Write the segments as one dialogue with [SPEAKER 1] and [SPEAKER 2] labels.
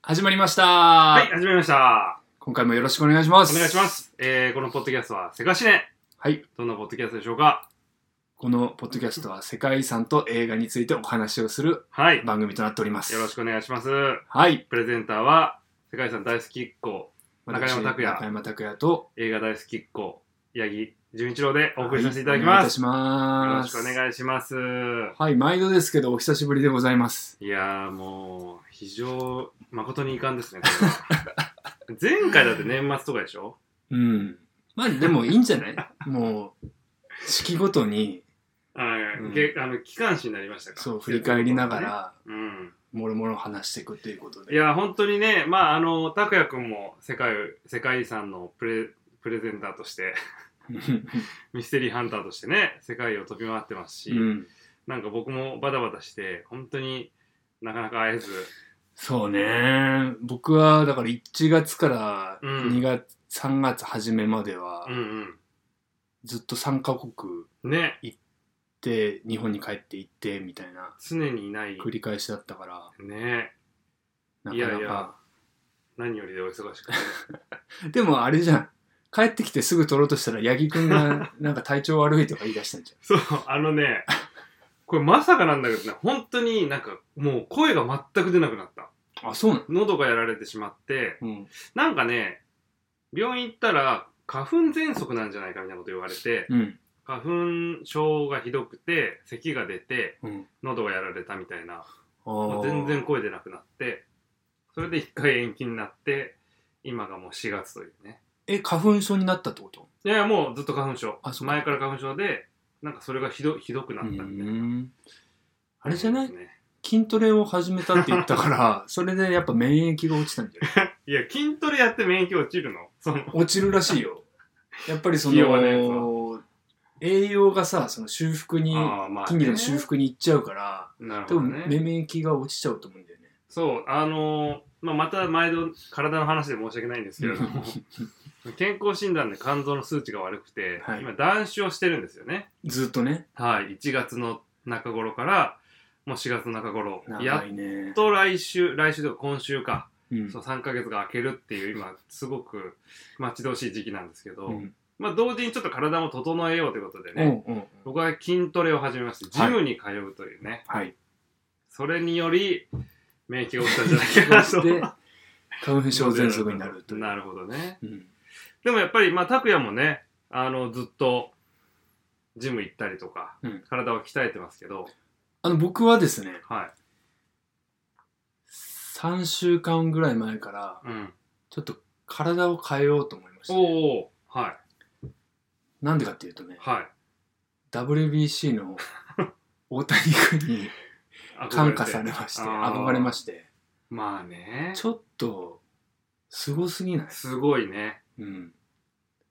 [SPEAKER 1] 始まりました、
[SPEAKER 2] はい、始まりました。
[SPEAKER 1] 今回もよろしくお願いしま
[SPEAKER 2] お
[SPEAKER 1] す。
[SPEAKER 2] 願いしま。す。えー、このポッドキャストはセカシネ。
[SPEAKER 1] はい。
[SPEAKER 2] どんなポッドキャストでしょうか
[SPEAKER 1] このポッドキャストは世界遺産と映画についてお話をする
[SPEAKER 2] はい。よ
[SPEAKER 1] 番組となっております。
[SPEAKER 2] ろし
[SPEAKER 1] く。
[SPEAKER 2] くお願いします。
[SPEAKER 1] はい。
[SPEAKER 2] プレゼンターは、世界遺産大好きっ子、中山
[SPEAKER 1] 私
[SPEAKER 2] 拓也
[SPEAKER 1] 中山拓也と
[SPEAKER 2] 映画大好きっ子、八木純一郎でお
[SPEAKER 1] お
[SPEAKER 2] 送りさせていただきます。
[SPEAKER 1] お願いいたします。
[SPEAKER 2] よろしくお願いします。
[SPEAKER 1] はい、毎度ですけど、お久しぶりでございます。
[SPEAKER 2] いやーもう、非常、誠に遺憾ですね、これは 前回だって年末とかでしょ
[SPEAKER 1] うん。まあ、でもいいんじゃない もう、式ごとに、
[SPEAKER 2] あの、
[SPEAKER 1] うん
[SPEAKER 2] げあの機関誌になりましたか
[SPEAKER 1] そう、振り返りなが。ら、
[SPEAKER 2] うん。
[SPEAKER 1] もろもろ話していくということ
[SPEAKER 2] い
[SPEAKER 1] で。
[SPEAKER 2] や、本当にね、まあ、あの、拓也くんも世界、世界遺産のプレ、プレゼンターとして、ミステリーハンターとしてね、世界を飛び回ってますし、
[SPEAKER 1] うん。
[SPEAKER 2] なんか僕もバタバタして、本当になかなか会えず、
[SPEAKER 1] そうね。僕は、だから1月から
[SPEAKER 2] うん
[SPEAKER 1] 2月、3月初めまでは
[SPEAKER 2] う、ん
[SPEAKER 1] ずっと3カ国
[SPEAKER 2] うん。ね、
[SPEAKER 1] で日本に帰って行って、みたいな
[SPEAKER 2] 常にいない。
[SPEAKER 1] 繰り返しだったから、
[SPEAKER 2] ね、
[SPEAKER 1] ないか
[SPEAKER 2] や
[SPEAKER 1] ない
[SPEAKER 2] や
[SPEAKER 1] か。、
[SPEAKER 2] 何よりでお忙しくて。
[SPEAKER 1] でもあれじゃん。帰ってきてすぐ撮ろうとしたら、八木くん がなんか体調悪いとか言い出したんじ
[SPEAKER 2] そう、あのね、これまさかなんだけどね、本当になんかもう声が全く出なくなった。
[SPEAKER 1] ゃん。あ、そうなの
[SPEAKER 2] 喉がやられてしまって、
[SPEAKER 1] うん。
[SPEAKER 2] なんかね、病院行ったら、花粉喘息なんじゃないかみたいなこと言われて、
[SPEAKER 1] うん。
[SPEAKER 2] 花粉症がひどくて、咳が出て、
[SPEAKER 1] うん。
[SPEAKER 2] 喉がやられたみたいな、
[SPEAKER 1] あー
[SPEAKER 2] もう全然声出なくなって、それで一回延期になって、今がもう4月というね。
[SPEAKER 1] え、花粉症になったってこと
[SPEAKER 2] いやいや、もうずっと花粉症
[SPEAKER 1] あ。そうか
[SPEAKER 2] 前から花粉症で、なんかそれがひどひどくな
[SPEAKER 1] う
[SPEAKER 2] ったみたいな。
[SPEAKER 1] ん。あれじゃない
[SPEAKER 2] ですね
[SPEAKER 1] 筋トレを始めたって言ったから、それでやっぱ免疫が落ちたんじゃない
[SPEAKER 2] いや、筋トレやって免疫落ちるのその、
[SPEAKER 1] 落ちるらし いよ。やっぱりそ
[SPEAKER 2] 器用なやつ
[SPEAKER 1] の、栄養がさ、その修復に、
[SPEAKER 2] ああ、ま
[SPEAKER 1] 筋肉の修復に行っちゃうから、
[SPEAKER 2] なるほ
[SPEAKER 1] 多
[SPEAKER 2] ど
[SPEAKER 1] 分
[SPEAKER 2] ね。
[SPEAKER 1] 免疫が落ちちゃうと思うんだよね。
[SPEAKER 2] そう、あのーまあ、また毎度体の話で申し訳ないんですけれども、健康診断で肝臓の数値が悪くて、
[SPEAKER 1] はい
[SPEAKER 2] 今断酒をしてるんですよね。
[SPEAKER 1] ずっとね。
[SPEAKER 2] はい、1月の中頃から、もう4月の中頃、や
[SPEAKER 1] 長
[SPEAKER 2] っ
[SPEAKER 1] いね。
[SPEAKER 2] と来週、来週とか今週か、
[SPEAKER 1] うん
[SPEAKER 2] そう3ヶ月が空けるっていう、今、すごく待ち遠しい時期なんですけど、
[SPEAKER 1] うん
[SPEAKER 2] まあ、同時にちょっと体も整えようということで
[SPEAKER 1] う
[SPEAKER 2] ね、
[SPEAKER 1] んうんうん
[SPEAKER 2] 僕は筋トレを始めまして、ジムに通うというね、
[SPEAKER 1] はい。
[SPEAKER 2] それにより、免疫が落ちたんじゃないかな
[SPEAKER 1] そ
[SPEAKER 2] と。
[SPEAKER 1] して、花粉症喘息になるという。
[SPEAKER 2] なるほどね。
[SPEAKER 1] うん
[SPEAKER 2] でもやっぱり、まあ、拓也もね、あの、ずっと、ジム行ったりとか、
[SPEAKER 1] うん
[SPEAKER 2] 体を鍛えてますけど、
[SPEAKER 1] あの、僕はですね、
[SPEAKER 2] は
[SPEAKER 1] 3週間ぐらい前から、
[SPEAKER 2] い。うん。
[SPEAKER 1] ちょっと体を変えようと思いました、ね。
[SPEAKER 2] おおはい。
[SPEAKER 1] なんでかっていうとね、
[SPEAKER 2] はい。
[SPEAKER 1] WBC の大谷君
[SPEAKER 2] 憧
[SPEAKER 1] に
[SPEAKER 2] れて
[SPEAKER 1] 感化されまして、
[SPEAKER 2] あー
[SPEAKER 1] 憧れまして、
[SPEAKER 2] まあね。
[SPEAKER 1] ちょっと、すごすぎない
[SPEAKER 2] すごいね。
[SPEAKER 1] うん。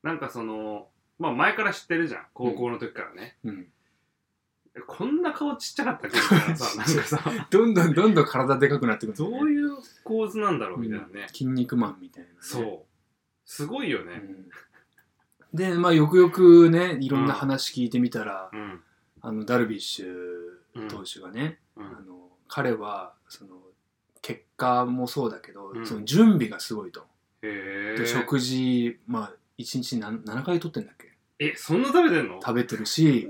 [SPEAKER 2] なんかその、まあ前から知ってるじゃん。高校の時からね。
[SPEAKER 1] うん。
[SPEAKER 2] えこんな顔ちっちゃかったっけみたいな さ、なんかさ、
[SPEAKER 1] どんどんどんどん体でかくなってくる、
[SPEAKER 2] どういう構図なんだろうみたいなね。
[SPEAKER 1] 筋肉マンみたいなね、
[SPEAKER 2] そう。すごいよ
[SPEAKER 1] う
[SPEAKER 2] ね。
[SPEAKER 1] んで、まあ、よくよくね、いろんな話聞いてみたら、
[SPEAKER 2] うん。
[SPEAKER 1] あの、ダルビッシュ投手がね、
[SPEAKER 2] うん。
[SPEAKER 1] あの彼は、その、結果もそうだけど、
[SPEAKER 2] うん
[SPEAKER 1] その準備がすごいと。
[SPEAKER 2] へ
[SPEAKER 1] で
[SPEAKER 2] え。
[SPEAKER 1] 食事、まあ、1日に何7回取ってんだっけ
[SPEAKER 2] え、そんな食べてんの
[SPEAKER 1] 食べてるし、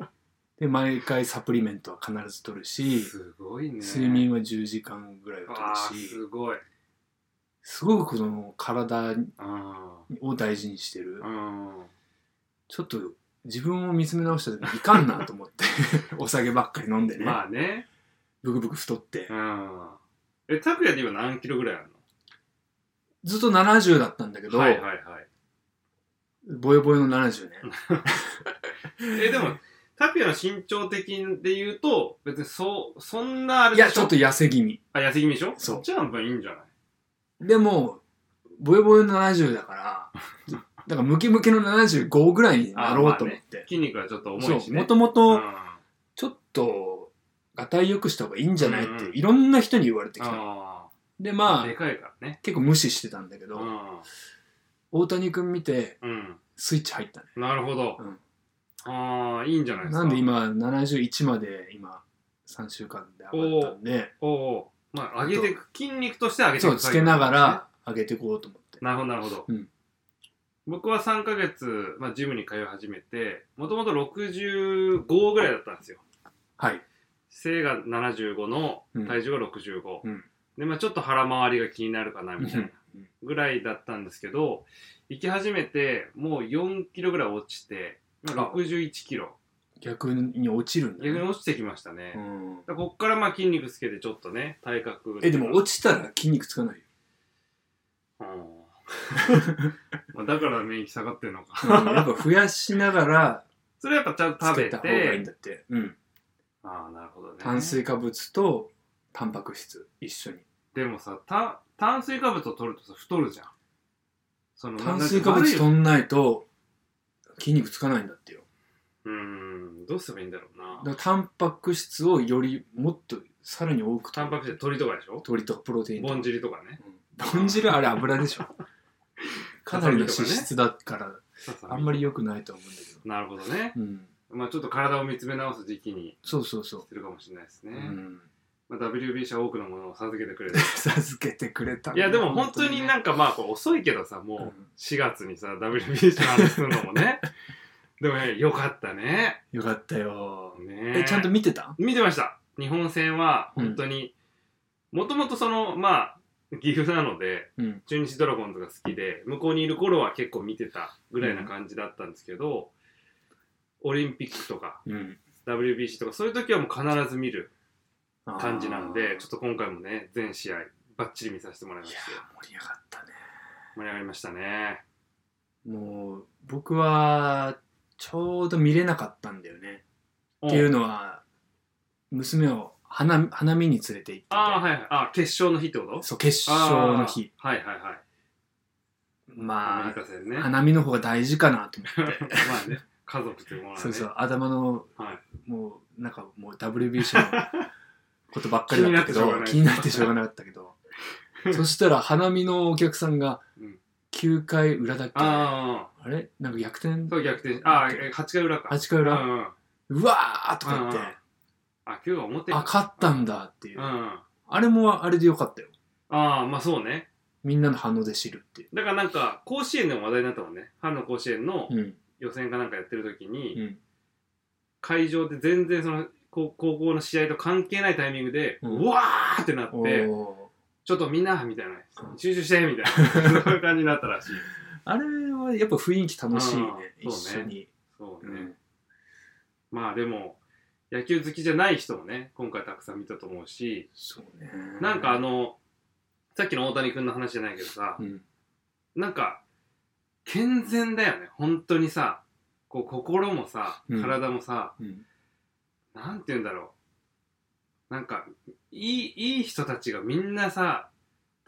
[SPEAKER 1] で、毎回サプリメントは必ず取るし、
[SPEAKER 2] すごいね。
[SPEAKER 1] 睡眠は10時間ぐらいは
[SPEAKER 2] ああ
[SPEAKER 1] 取るし、
[SPEAKER 2] すごい。
[SPEAKER 1] すごくこの体
[SPEAKER 2] うん。
[SPEAKER 1] を大事にしてる。
[SPEAKER 2] うん。
[SPEAKER 1] ちょっと自分を見つめ直した時にいかんなと思って お酒ばっかり飲んでね、
[SPEAKER 2] まあね。
[SPEAKER 1] ブクブク太って、
[SPEAKER 2] うん。え、拓也で今何キロぐらいある
[SPEAKER 1] ずっと70だったんだけ
[SPEAKER 2] の
[SPEAKER 1] ど、
[SPEAKER 2] はいはいはい。
[SPEAKER 1] ボヨボヨの70ね
[SPEAKER 2] え、でも、拓也の身長的で言うと、別にそう、そんなあれ
[SPEAKER 1] い
[SPEAKER 2] でしょ
[SPEAKER 1] やちょっと痩せ気味
[SPEAKER 2] あ、痩せ気味でしょ
[SPEAKER 1] そう
[SPEAKER 2] じゃあ、まあいいんじゃない
[SPEAKER 1] でもボヨボヨの70だから だからムキムキの75ぐらいになろうと思って、
[SPEAKER 2] 筋肉はちょっと重い
[SPEAKER 1] そう
[SPEAKER 2] しね。
[SPEAKER 1] もとも
[SPEAKER 2] うん
[SPEAKER 1] とちょっとがたいよくした方がいいんじゃないって、
[SPEAKER 2] うんうん
[SPEAKER 1] いろんな人に言われてきた、
[SPEAKER 2] あ
[SPEAKER 1] で
[SPEAKER 2] あ。
[SPEAKER 1] ま
[SPEAKER 2] で
[SPEAKER 1] あ
[SPEAKER 2] かいからね。
[SPEAKER 1] 結構無視してたんだけ
[SPEAKER 2] う
[SPEAKER 1] ど、
[SPEAKER 2] ん。
[SPEAKER 1] 大谷君見て
[SPEAKER 2] うん。
[SPEAKER 1] スイッチ入ったね
[SPEAKER 2] なるほど
[SPEAKER 1] うん。
[SPEAKER 2] ああ、いいんじゃないですか。
[SPEAKER 1] なんで今71まで今3週間で上がったんで
[SPEAKER 2] おおまあ、上げていく、筋肉として上げてい
[SPEAKER 1] そ
[SPEAKER 2] く
[SPEAKER 1] う、つけながら上げていこうと思って。
[SPEAKER 2] なるほど、なるほど。
[SPEAKER 1] うん
[SPEAKER 2] 僕は3ヶ月、まあ、ジムに通い始めて、もともと65ぐらいだったんですよ。
[SPEAKER 1] はい。
[SPEAKER 2] 背が75の
[SPEAKER 1] うん
[SPEAKER 2] 体重が65。
[SPEAKER 1] うん
[SPEAKER 2] で、まあ、ちょっと腹回りが気になるかな、みたいな
[SPEAKER 1] うん
[SPEAKER 2] ぐらいだったんですけど、行き始めて、もう4キロぐらい落ちて、今61キロ。
[SPEAKER 1] 逆に落ちるんだ、
[SPEAKER 2] 逆に
[SPEAKER 1] ね。
[SPEAKER 2] 落ちてきましたね。
[SPEAKER 1] うん
[SPEAKER 2] だからこっからまあ筋肉つけてちょっとね、体格。
[SPEAKER 1] え、でも落ちたら筋肉つかないよ。
[SPEAKER 2] うん まあだから免疫下がってるのか。
[SPEAKER 1] うんやっぱ増やしながら
[SPEAKER 2] それはやっぱちゃんと
[SPEAKER 1] つ
[SPEAKER 2] 食
[SPEAKER 1] け
[SPEAKER 2] べ
[SPEAKER 1] た方がいいん
[SPEAKER 2] て。
[SPEAKER 1] だって。うん。
[SPEAKER 2] ああ、なるほどね。
[SPEAKER 1] 炭水化物とタンパク質一緒に。
[SPEAKER 2] でもさ、た炭水化物を取るとさ、太るじゃん。その
[SPEAKER 1] 炭水化
[SPEAKER 2] 悪
[SPEAKER 1] 物
[SPEAKER 2] いよ
[SPEAKER 1] 取んないと筋肉つかないんだってよ。
[SPEAKER 2] うーん、どうすればいいんだろう
[SPEAKER 1] だ
[SPEAKER 2] な。
[SPEAKER 1] からタンパク質をよりもっとさらに多くと
[SPEAKER 2] タンパク質、鶏とかでしょ
[SPEAKER 1] 鶏とかプロテインと
[SPEAKER 2] ぼ
[SPEAKER 1] か。
[SPEAKER 2] んじりとかね。
[SPEAKER 1] うん豚汁あれ油でしょ。 かなり
[SPEAKER 2] ささみ
[SPEAKER 1] の脂
[SPEAKER 2] とかね
[SPEAKER 1] 質だから
[SPEAKER 2] ささみ
[SPEAKER 1] あんまり良くないと思うんだけど。
[SPEAKER 2] なるほどね。
[SPEAKER 1] うん。
[SPEAKER 2] まあちょっと体を見つめ直す時期に
[SPEAKER 1] そうそうそ
[SPEAKER 2] してるかもしれないです
[SPEAKER 1] う。
[SPEAKER 2] ね。
[SPEAKER 1] うん。
[SPEAKER 2] まあ、WBC は多くのものを授けてくれる。
[SPEAKER 1] 授けてくれた
[SPEAKER 2] いや、でも本当に
[SPEAKER 1] ね
[SPEAKER 2] なんかまあこれ遅いけどさ、もう。
[SPEAKER 1] うん
[SPEAKER 2] 4月にさ WBC の話するのもね でもねよかったね
[SPEAKER 1] よかったよ。
[SPEAKER 2] ね
[SPEAKER 1] え、ちゃんと見てた
[SPEAKER 2] 見てました日本戦は
[SPEAKER 1] うん
[SPEAKER 2] 本当にもともとそのまあ岐阜なので
[SPEAKER 1] うん。
[SPEAKER 2] 中日ドラゴンズが好きで向こうにいる頃は結構見てたぐらいな感じだったんですけど、オリンピックとか
[SPEAKER 1] うん。
[SPEAKER 2] WBC とかそういう時はもう必ず見る感じなんでちょっと今回もね全試合バッチリ見させてもらいま
[SPEAKER 1] い
[SPEAKER 2] し
[SPEAKER 1] や
[SPEAKER 2] て
[SPEAKER 1] ー、盛り上がったね。
[SPEAKER 2] 盛り上がりましたね
[SPEAKER 1] もう、僕は、ちょうど見れなかったんだよね。っていう
[SPEAKER 2] お
[SPEAKER 1] のは、娘を花花見に連れて行ってて、
[SPEAKER 2] ああはいはいあ決勝の日ってこと
[SPEAKER 1] そう、決勝の日。
[SPEAKER 2] あーはいはいはいアメ
[SPEAKER 1] ま
[SPEAKER 2] リカ戦ね
[SPEAKER 1] あ、花見の方が大事かなと思
[SPEAKER 2] ま
[SPEAKER 1] って。
[SPEAKER 2] あね家族というものはね
[SPEAKER 1] そうそう、頭の、
[SPEAKER 2] はい
[SPEAKER 1] もう、なんかもう WBC のことばっかりだったけど、
[SPEAKER 2] 気
[SPEAKER 1] 気
[SPEAKER 2] に
[SPEAKER 1] に
[SPEAKER 2] なっ
[SPEAKER 1] なってて
[SPEAKER 2] し
[SPEAKER 1] し
[SPEAKER 2] ょ
[SPEAKER 1] ょ
[SPEAKER 2] うが
[SPEAKER 1] うがなかった けど、そしたら花見のお客さんが
[SPEAKER 2] うん、
[SPEAKER 1] 9回裏だっけ、あ
[SPEAKER 2] ああ
[SPEAKER 1] れなんか逆転
[SPEAKER 2] そう逆転ああ8回裏か
[SPEAKER 1] 8回
[SPEAKER 2] う
[SPEAKER 1] 裏、
[SPEAKER 2] んうん
[SPEAKER 1] うわーとか言って、
[SPEAKER 2] うんあ今日は表
[SPEAKER 1] あ、勝ったんだっていう。
[SPEAKER 2] うんあ
[SPEAKER 1] あれもあれでよかったよ。
[SPEAKER 2] あまあそうね
[SPEAKER 1] みんなの反応で知るっていう。
[SPEAKER 2] だからなんか甲子園でも話題になったもんね春の甲子園の
[SPEAKER 1] うん。
[SPEAKER 2] 予選かなんかやってる時に、
[SPEAKER 1] うん
[SPEAKER 2] 会場で全然その高高校の試合と関係ないタイミングで、う
[SPEAKER 1] うん
[SPEAKER 2] わーってなっ
[SPEAKER 1] お
[SPEAKER 2] て
[SPEAKER 1] ー
[SPEAKER 2] ちょっとみんなみ たいな
[SPEAKER 1] うん
[SPEAKER 2] 集中してみたいなそういう感じになったらしい
[SPEAKER 1] あれはやっぱ雰囲気楽しいね
[SPEAKER 2] あー。
[SPEAKER 1] 一
[SPEAKER 2] そうね
[SPEAKER 1] 緒に。
[SPEAKER 2] そう
[SPEAKER 1] う
[SPEAKER 2] ね、
[SPEAKER 1] ん
[SPEAKER 2] まあでも野球好きじゃない人もね今回たくさん見たと思うし
[SPEAKER 1] そうね。
[SPEAKER 2] なんかあ、のさっきの大谷君の話じゃないけどさ
[SPEAKER 1] うん。
[SPEAKER 2] なんか健全だよね本当にさこう心もさ
[SPEAKER 1] うん
[SPEAKER 2] 体もさ、
[SPEAKER 1] うん
[SPEAKER 2] なんて言うんだろうなんかいいいい人たちがみんなさ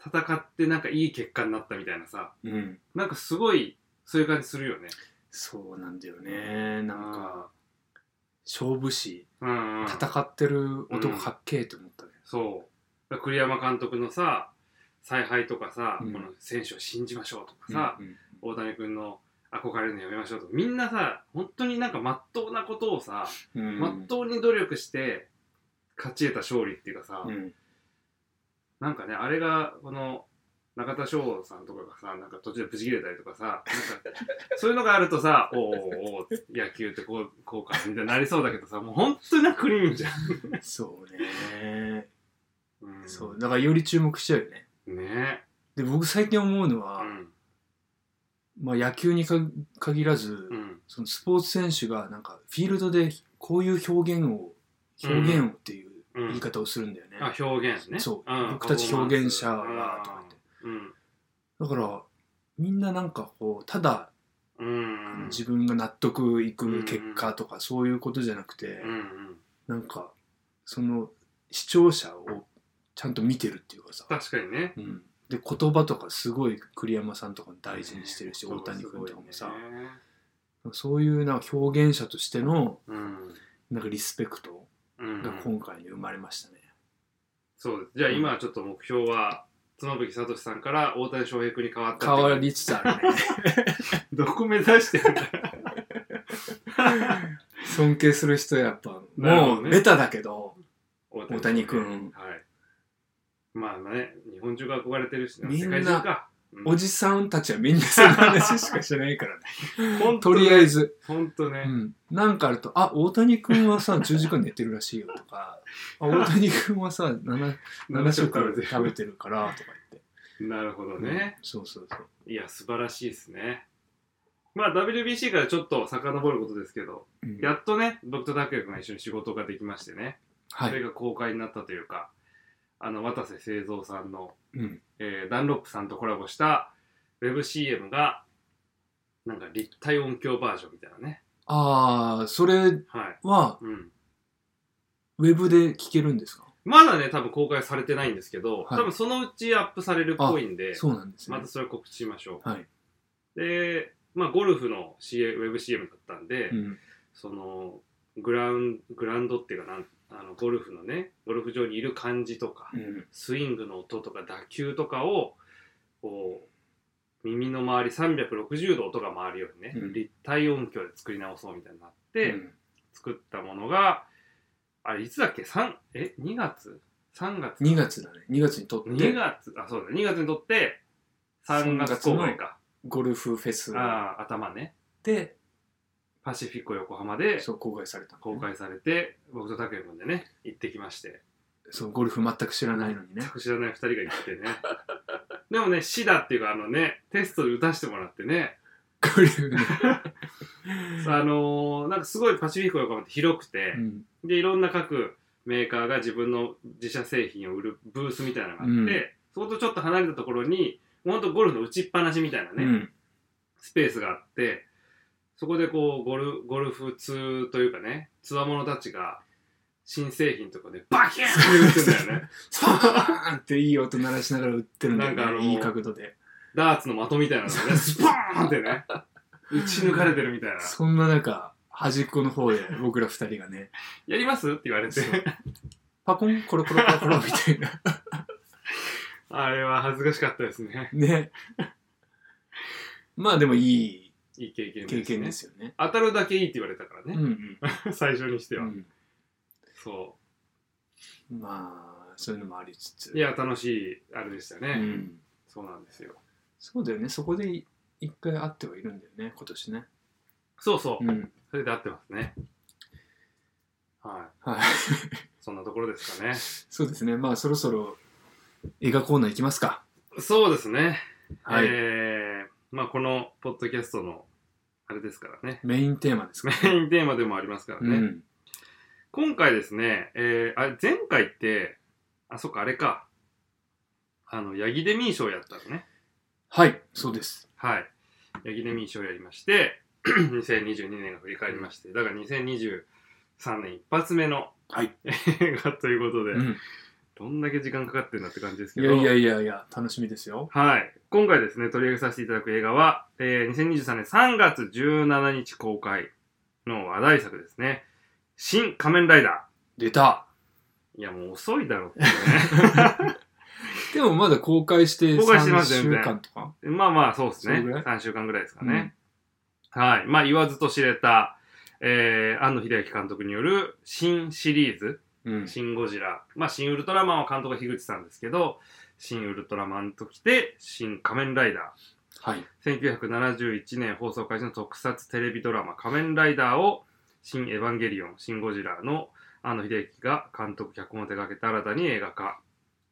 [SPEAKER 2] 戦ってなんかいい結果になったみたいなさ
[SPEAKER 1] うん。
[SPEAKER 2] なんかすごいそういう感じするよね
[SPEAKER 1] そうなんだよね。なんか、
[SPEAKER 2] か
[SPEAKER 1] 勝負師、
[SPEAKER 2] うん、うん、
[SPEAKER 1] 戦ってる
[SPEAKER 2] うん
[SPEAKER 1] 男かっけえと思ったね。
[SPEAKER 2] そう栗山監督のさ采配とかさ、
[SPEAKER 1] うん
[SPEAKER 2] この選手を信じましょうとかさ、
[SPEAKER 1] うん、
[SPEAKER 2] 大谷君の憧れるのやめましょうとかみんなさ本当になんかまっとうなことをさ
[SPEAKER 1] うん
[SPEAKER 2] ま、っとうに努力して勝ち得た勝利っていうかさ、
[SPEAKER 1] うん。
[SPEAKER 2] なんかねあれがこの中田翔さんとかがさなんか途中でブチ切れたりとかさなんかそういうのがあるとさ おーおーおー野球ってこうこうかみたいになりそうだけどさもう本当になんかクリーンじゃん。
[SPEAKER 1] そうね。
[SPEAKER 2] うん
[SPEAKER 1] そう。だからより注目しちゃうよね。
[SPEAKER 2] ね
[SPEAKER 1] で、僕最近思うのは、
[SPEAKER 2] うん
[SPEAKER 1] まあ野球にか限らず、
[SPEAKER 2] うん
[SPEAKER 1] そのスポーツ選手がなんかフィールドでこういう表現を表現をっていう
[SPEAKER 2] うん
[SPEAKER 1] 言い方をするんだよね、
[SPEAKER 2] あ表現ね
[SPEAKER 1] そう、
[SPEAKER 2] ん
[SPEAKER 1] 僕たち表現者は
[SPEAKER 2] パフォー
[SPEAKER 1] とか
[SPEAKER 2] マ
[SPEAKER 1] 言って
[SPEAKER 2] ン
[SPEAKER 1] だからみんななんかこうただ
[SPEAKER 2] スうんうん
[SPEAKER 1] 自分が納得いく結果とかそういうことじゃなくて、
[SPEAKER 2] うんうん
[SPEAKER 1] なんかその視聴者をちゃんと見てるっていうかさ、
[SPEAKER 2] 確かにね
[SPEAKER 1] うん、で言葉とかすごい栗山さんとかも大事にしてるし、大谷君とかも
[SPEAKER 2] そうすご
[SPEAKER 1] さ、
[SPEAKER 2] いね
[SPEAKER 1] そういうなんか表現者としての
[SPEAKER 2] うん
[SPEAKER 1] なんかリスペクト、
[SPEAKER 2] うん
[SPEAKER 1] が今回に生まれましたね。
[SPEAKER 2] そうですじゃあ今はちょっと目標は角吹聡さんから大谷翔平君に変わった
[SPEAKER 1] 変
[SPEAKER 2] っていう
[SPEAKER 1] わりつつあるね。
[SPEAKER 2] どこ目指してるんだよ
[SPEAKER 1] 尊敬する人やっぱ、
[SPEAKER 2] なるほ
[SPEAKER 1] も
[SPEAKER 2] ど
[SPEAKER 1] う
[SPEAKER 2] ね
[SPEAKER 1] ベタだけど、
[SPEAKER 2] 大
[SPEAKER 1] 大谷君
[SPEAKER 2] はいまあね、日本中が憧れてるし、
[SPEAKER 1] みんな
[SPEAKER 2] 世界中か。うん
[SPEAKER 1] おじさんたちはみんなその話しかしてないからね。
[SPEAKER 2] ほん
[SPEAKER 1] と
[SPEAKER 2] ね
[SPEAKER 1] りあえ。ず。
[SPEAKER 2] ほんと
[SPEAKER 1] う
[SPEAKER 2] ね。
[SPEAKER 1] ん。なんかあると、あ、大谷くんは さ、10時間寝てるらしいよとか、あ、大谷くんはさ、7, 7食食べてるからとか言って。
[SPEAKER 2] なるほどね。
[SPEAKER 1] うんそうそうそう。
[SPEAKER 2] いや、素晴らしいですね。まあ、WBC からちょっと遡ることですけど、
[SPEAKER 1] うん
[SPEAKER 2] やっとね、僕と拓也君が一緒に仕事ができましてね、
[SPEAKER 1] は
[SPEAKER 2] それ
[SPEAKER 1] い。
[SPEAKER 2] が公開になったというか、あの、渡瀬製造さんの
[SPEAKER 1] うん。
[SPEAKER 2] えーダンロップさんとコラボした WebCM がなんか立体音響バージョンみたいなね
[SPEAKER 1] ああ、それ
[SPEAKER 2] はい、
[SPEAKER 1] は、
[SPEAKER 2] うん、
[SPEAKER 1] ウェブで聞けるんですか
[SPEAKER 2] まだね多分公開されてないんですけど、
[SPEAKER 1] はい
[SPEAKER 2] 多分そのうちアップされるっぽいんで
[SPEAKER 1] そうなんですね
[SPEAKER 2] ま。たそれは告知しましょう、
[SPEAKER 1] はい
[SPEAKER 2] でまあゴルフの CA WebCM だったんで、
[SPEAKER 1] うん。
[SPEAKER 2] そのグラウングラウンドっていうかなんあのゴルフのねゴルフ場にいる感じとか、
[SPEAKER 1] うん。
[SPEAKER 2] スイングの音とか打球とかをこう耳の周り360度音が回るようにね、
[SPEAKER 1] うん
[SPEAKER 2] 立体音響で作り直そうみたいになって、
[SPEAKER 1] うん
[SPEAKER 2] 作ったものがあれいつだっけ3え2月3月
[SPEAKER 1] 2月だね。2月にとっ
[SPEAKER 2] 2
[SPEAKER 1] て、
[SPEAKER 2] 月あそうだ2月にとって3月公開か
[SPEAKER 1] ゴルフフェス
[SPEAKER 2] あー頭ね
[SPEAKER 1] で、
[SPEAKER 2] パシフィッコ横浜で
[SPEAKER 1] そう、公開されたのね、
[SPEAKER 2] 公開されて、僕と拓也君でね行ってきまして
[SPEAKER 1] そう、ゴルフ全く知らないのにね
[SPEAKER 2] 全。く知らない2人が行ってねでもねシダっていうかあのねテストで打たせてもらってね
[SPEAKER 1] ゴルフね。
[SPEAKER 2] あのーなんかすごいパシフィック横浜って広くて
[SPEAKER 1] う、ん。
[SPEAKER 2] でいろんな各メーカーが自分の自社製品を売るブースみたいなのがあって、
[SPEAKER 1] うん
[SPEAKER 2] そことちょっと離れたところにほんとゴルフの打ちっぱなしみたいな
[SPEAKER 1] う
[SPEAKER 2] ね、
[SPEAKER 1] ん。
[SPEAKER 2] スペースがあってそこでこうゴルゴルフ通というかねつわものたちが新製品とかでバキューンって打ってんだよ ね
[SPEAKER 1] パーンっていい音鳴らしながら打ってるんだ
[SPEAKER 2] なんかあ
[SPEAKER 1] よ
[SPEAKER 2] の
[SPEAKER 1] ね。いい角度で。
[SPEAKER 2] ダーツの的みたいなのがねスポーンってね打ち抜かれてるみたいな
[SPEAKER 1] そんな中、端っこ の方で僕ら二人がね、
[SPEAKER 2] 「やります?」って言われて
[SPEAKER 1] そうパコン、コロコロコロコロみたいな。
[SPEAKER 2] あれは恥ずかしかったですね
[SPEAKER 1] ね。まあでもいい
[SPEAKER 2] いい経験です、
[SPEAKER 1] 経
[SPEAKER 2] ね、
[SPEAKER 1] 験ですよね。
[SPEAKER 2] 当たるだけいいって言われたから
[SPEAKER 1] う
[SPEAKER 2] ね、
[SPEAKER 1] ん
[SPEAKER 2] 最初にして
[SPEAKER 1] う
[SPEAKER 2] は、
[SPEAKER 1] ん。
[SPEAKER 2] そ
[SPEAKER 1] うんまあ、そういうのもありつつ。
[SPEAKER 2] ういや楽しいあれでしたね、
[SPEAKER 1] うん。
[SPEAKER 2] そうなんですよ
[SPEAKER 1] そうだよね。そこで一回会ってはいるんだよね、今年ね。
[SPEAKER 2] そうそう、
[SPEAKER 1] うん。
[SPEAKER 2] それで合ってますねはい
[SPEAKER 1] はい。
[SPEAKER 2] そんなところですかね
[SPEAKER 1] そうですね。まあ、そろそろ映画コーナー行きますか。
[SPEAKER 2] そうですね、
[SPEAKER 1] はい。
[SPEAKER 2] えー、まあこのポッドキャストのあれですからね
[SPEAKER 1] メインテーマですか
[SPEAKER 2] メインテーマでもありますから
[SPEAKER 1] らね。
[SPEAKER 2] ね、今回ですね、えー、あれ前回ってあそっかあれかあのヤギデミー賞やったのね
[SPEAKER 1] はい、そうです。
[SPEAKER 2] はい。ヤギネミー賞をやりまして、2022年が振り返りまして、だから2023年一発目の
[SPEAKER 1] はい。
[SPEAKER 2] 映画ということで、
[SPEAKER 1] うん、
[SPEAKER 2] どんだけ時間かかってるんだって感じです
[SPEAKER 1] い
[SPEAKER 2] け
[SPEAKER 1] や
[SPEAKER 2] ど、
[SPEAKER 1] いやいやいや、楽しみですよ。
[SPEAKER 2] はい。今回ですね、取り上げさせていただく映画は、えー2023年3月17日公開の話題作ですね。新仮面ライダ
[SPEAKER 1] 出た。
[SPEAKER 2] ー。いや、もう遅いだろって
[SPEAKER 1] でもまだ公開して
[SPEAKER 2] 公開してます
[SPEAKER 1] 3週
[SPEAKER 2] 全然
[SPEAKER 1] 間とか。
[SPEAKER 2] ね。まあまあ、そうですね。
[SPEAKER 1] それぐらい
[SPEAKER 2] 3週間ぐらいですかね。はい。まあ、言わずと知れた、えー、安野秀明監督による新シリーズ、
[SPEAKER 1] うん。
[SPEAKER 2] 新ゴジラ、まあ、新ウルトラマンは監督は樋口さんですけど、新ウルトラマンときて、新仮面ライダ
[SPEAKER 1] はい。
[SPEAKER 2] ー、1971年放送開始の特撮テレビドラマ、仮面ライダーを、新エヴァンゲリオン、新ゴジラの安野秀明が監督、脚本を手掛けた新たに映画化。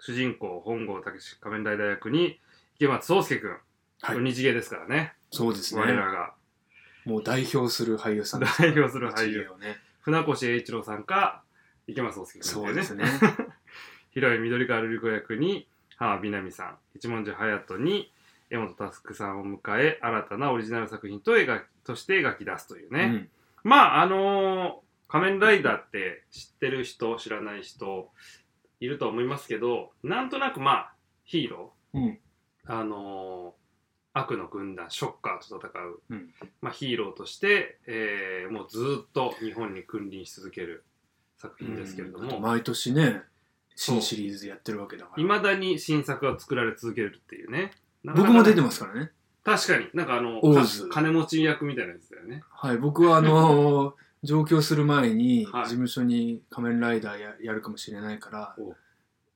[SPEAKER 2] 主人公、本郷武史仮面ライダー役に、池松壮亮君、
[SPEAKER 1] はい
[SPEAKER 2] 鬼次元ですからね、
[SPEAKER 1] そうですね
[SPEAKER 2] 我。らが
[SPEAKER 1] もう代表する俳優さんです
[SPEAKER 2] 代表する俳 優
[SPEAKER 1] 一芸をね。
[SPEAKER 2] 船越英一郎さんか池松壮亮君
[SPEAKER 1] そうですね。
[SPEAKER 2] 広い緑川瑠璃子役に浜美波さん一文字隼人に江本佑さんを迎え新たなオリジナル作品と描きとして描き出すというね、まああのー仮面ライダー」って知ってる人知らない人いると思いますけどなんとなくまあヒーロ
[SPEAKER 1] うん。うん。
[SPEAKER 2] ーあのー悪の軍団ショッカーと戦う、
[SPEAKER 1] うん
[SPEAKER 2] まあ、ヒーローとして、えーもうずっと日本に君臨し続ける作品ですけれども、
[SPEAKER 1] うん毎年ね、新シリーズやってるわけだから。
[SPEAKER 2] いまだに新作が作られ続けるっていうね。
[SPEAKER 1] 僕も出て
[SPEAKER 2] も
[SPEAKER 1] ますからね。
[SPEAKER 2] 確かに。なんかあの、
[SPEAKER 1] オーズ
[SPEAKER 2] か金持ち役みたいなやつだよね。
[SPEAKER 1] はい、僕はあのー 上京する前に事
[SPEAKER 2] はい
[SPEAKER 1] 務所に仮面ライダーややるかもしれないから、
[SPEAKER 2] お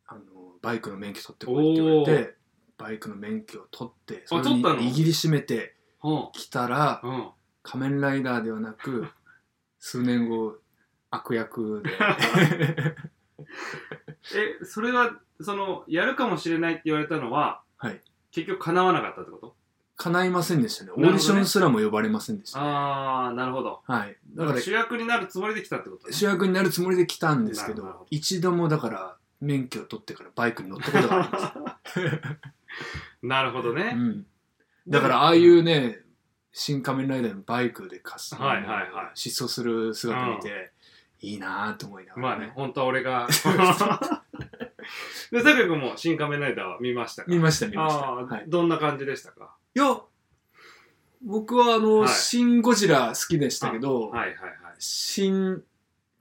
[SPEAKER 1] あのーバイクの免許取ってこいって言われてバイクの免許を取ってそれに
[SPEAKER 2] 取ったの
[SPEAKER 1] 握りしめて
[SPEAKER 2] ほ
[SPEAKER 1] きたら
[SPEAKER 2] う。うん。
[SPEAKER 1] 仮面ライダーではなく数年後悪役で
[SPEAKER 2] え、それは、その、やるかもしれないって言われたのは、
[SPEAKER 1] はい
[SPEAKER 2] 結局叶わなかったってこと
[SPEAKER 1] 叶いませんでしたねオ
[SPEAKER 2] ほ
[SPEAKER 1] ー
[SPEAKER 2] どね
[SPEAKER 1] ディションすらも呼ばれませんでした、
[SPEAKER 2] あー、なるほど。
[SPEAKER 1] はいだ
[SPEAKER 2] だ
[SPEAKER 1] か
[SPEAKER 2] からら主役になるつもりで来たってことね
[SPEAKER 1] 主役になるつもりで来たんですけ
[SPEAKER 2] なるほ
[SPEAKER 1] ど
[SPEAKER 2] ど
[SPEAKER 1] 一度もだから免許を取ってからバイクに乗ったことがあります
[SPEAKER 2] なるほどね。
[SPEAKER 1] うん、だからああいうね「新仮面ライダー」のバイクでかす、
[SPEAKER 2] はいはいはい
[SPEAKER 1] 疾走する姿見て、いいなぁと思いなが
[SPEAKER 2] ま
[SPEAKER 1] ら、
[SPEAKER 2] あ
[SPEAKER 1] ね
[SPEAKER 2] ね、本当は俺 が。で、く君も「新仮面ライダー」は見ましたか
[SPEAKER 1] 見ました見ました、
[SPEAKER 2] ああー、
[SPEAKER 1] はい、
[SPEAKER 2] どんな感じでしたか
[SPEAKER 1] いや僕はあの、
[SPEAKER 2] はい
[SPEAKER 1] シン・ゴジラ」好きでしたけど、
[SPEAKER 2] はいはいはい。
[SPEAKER 1] 新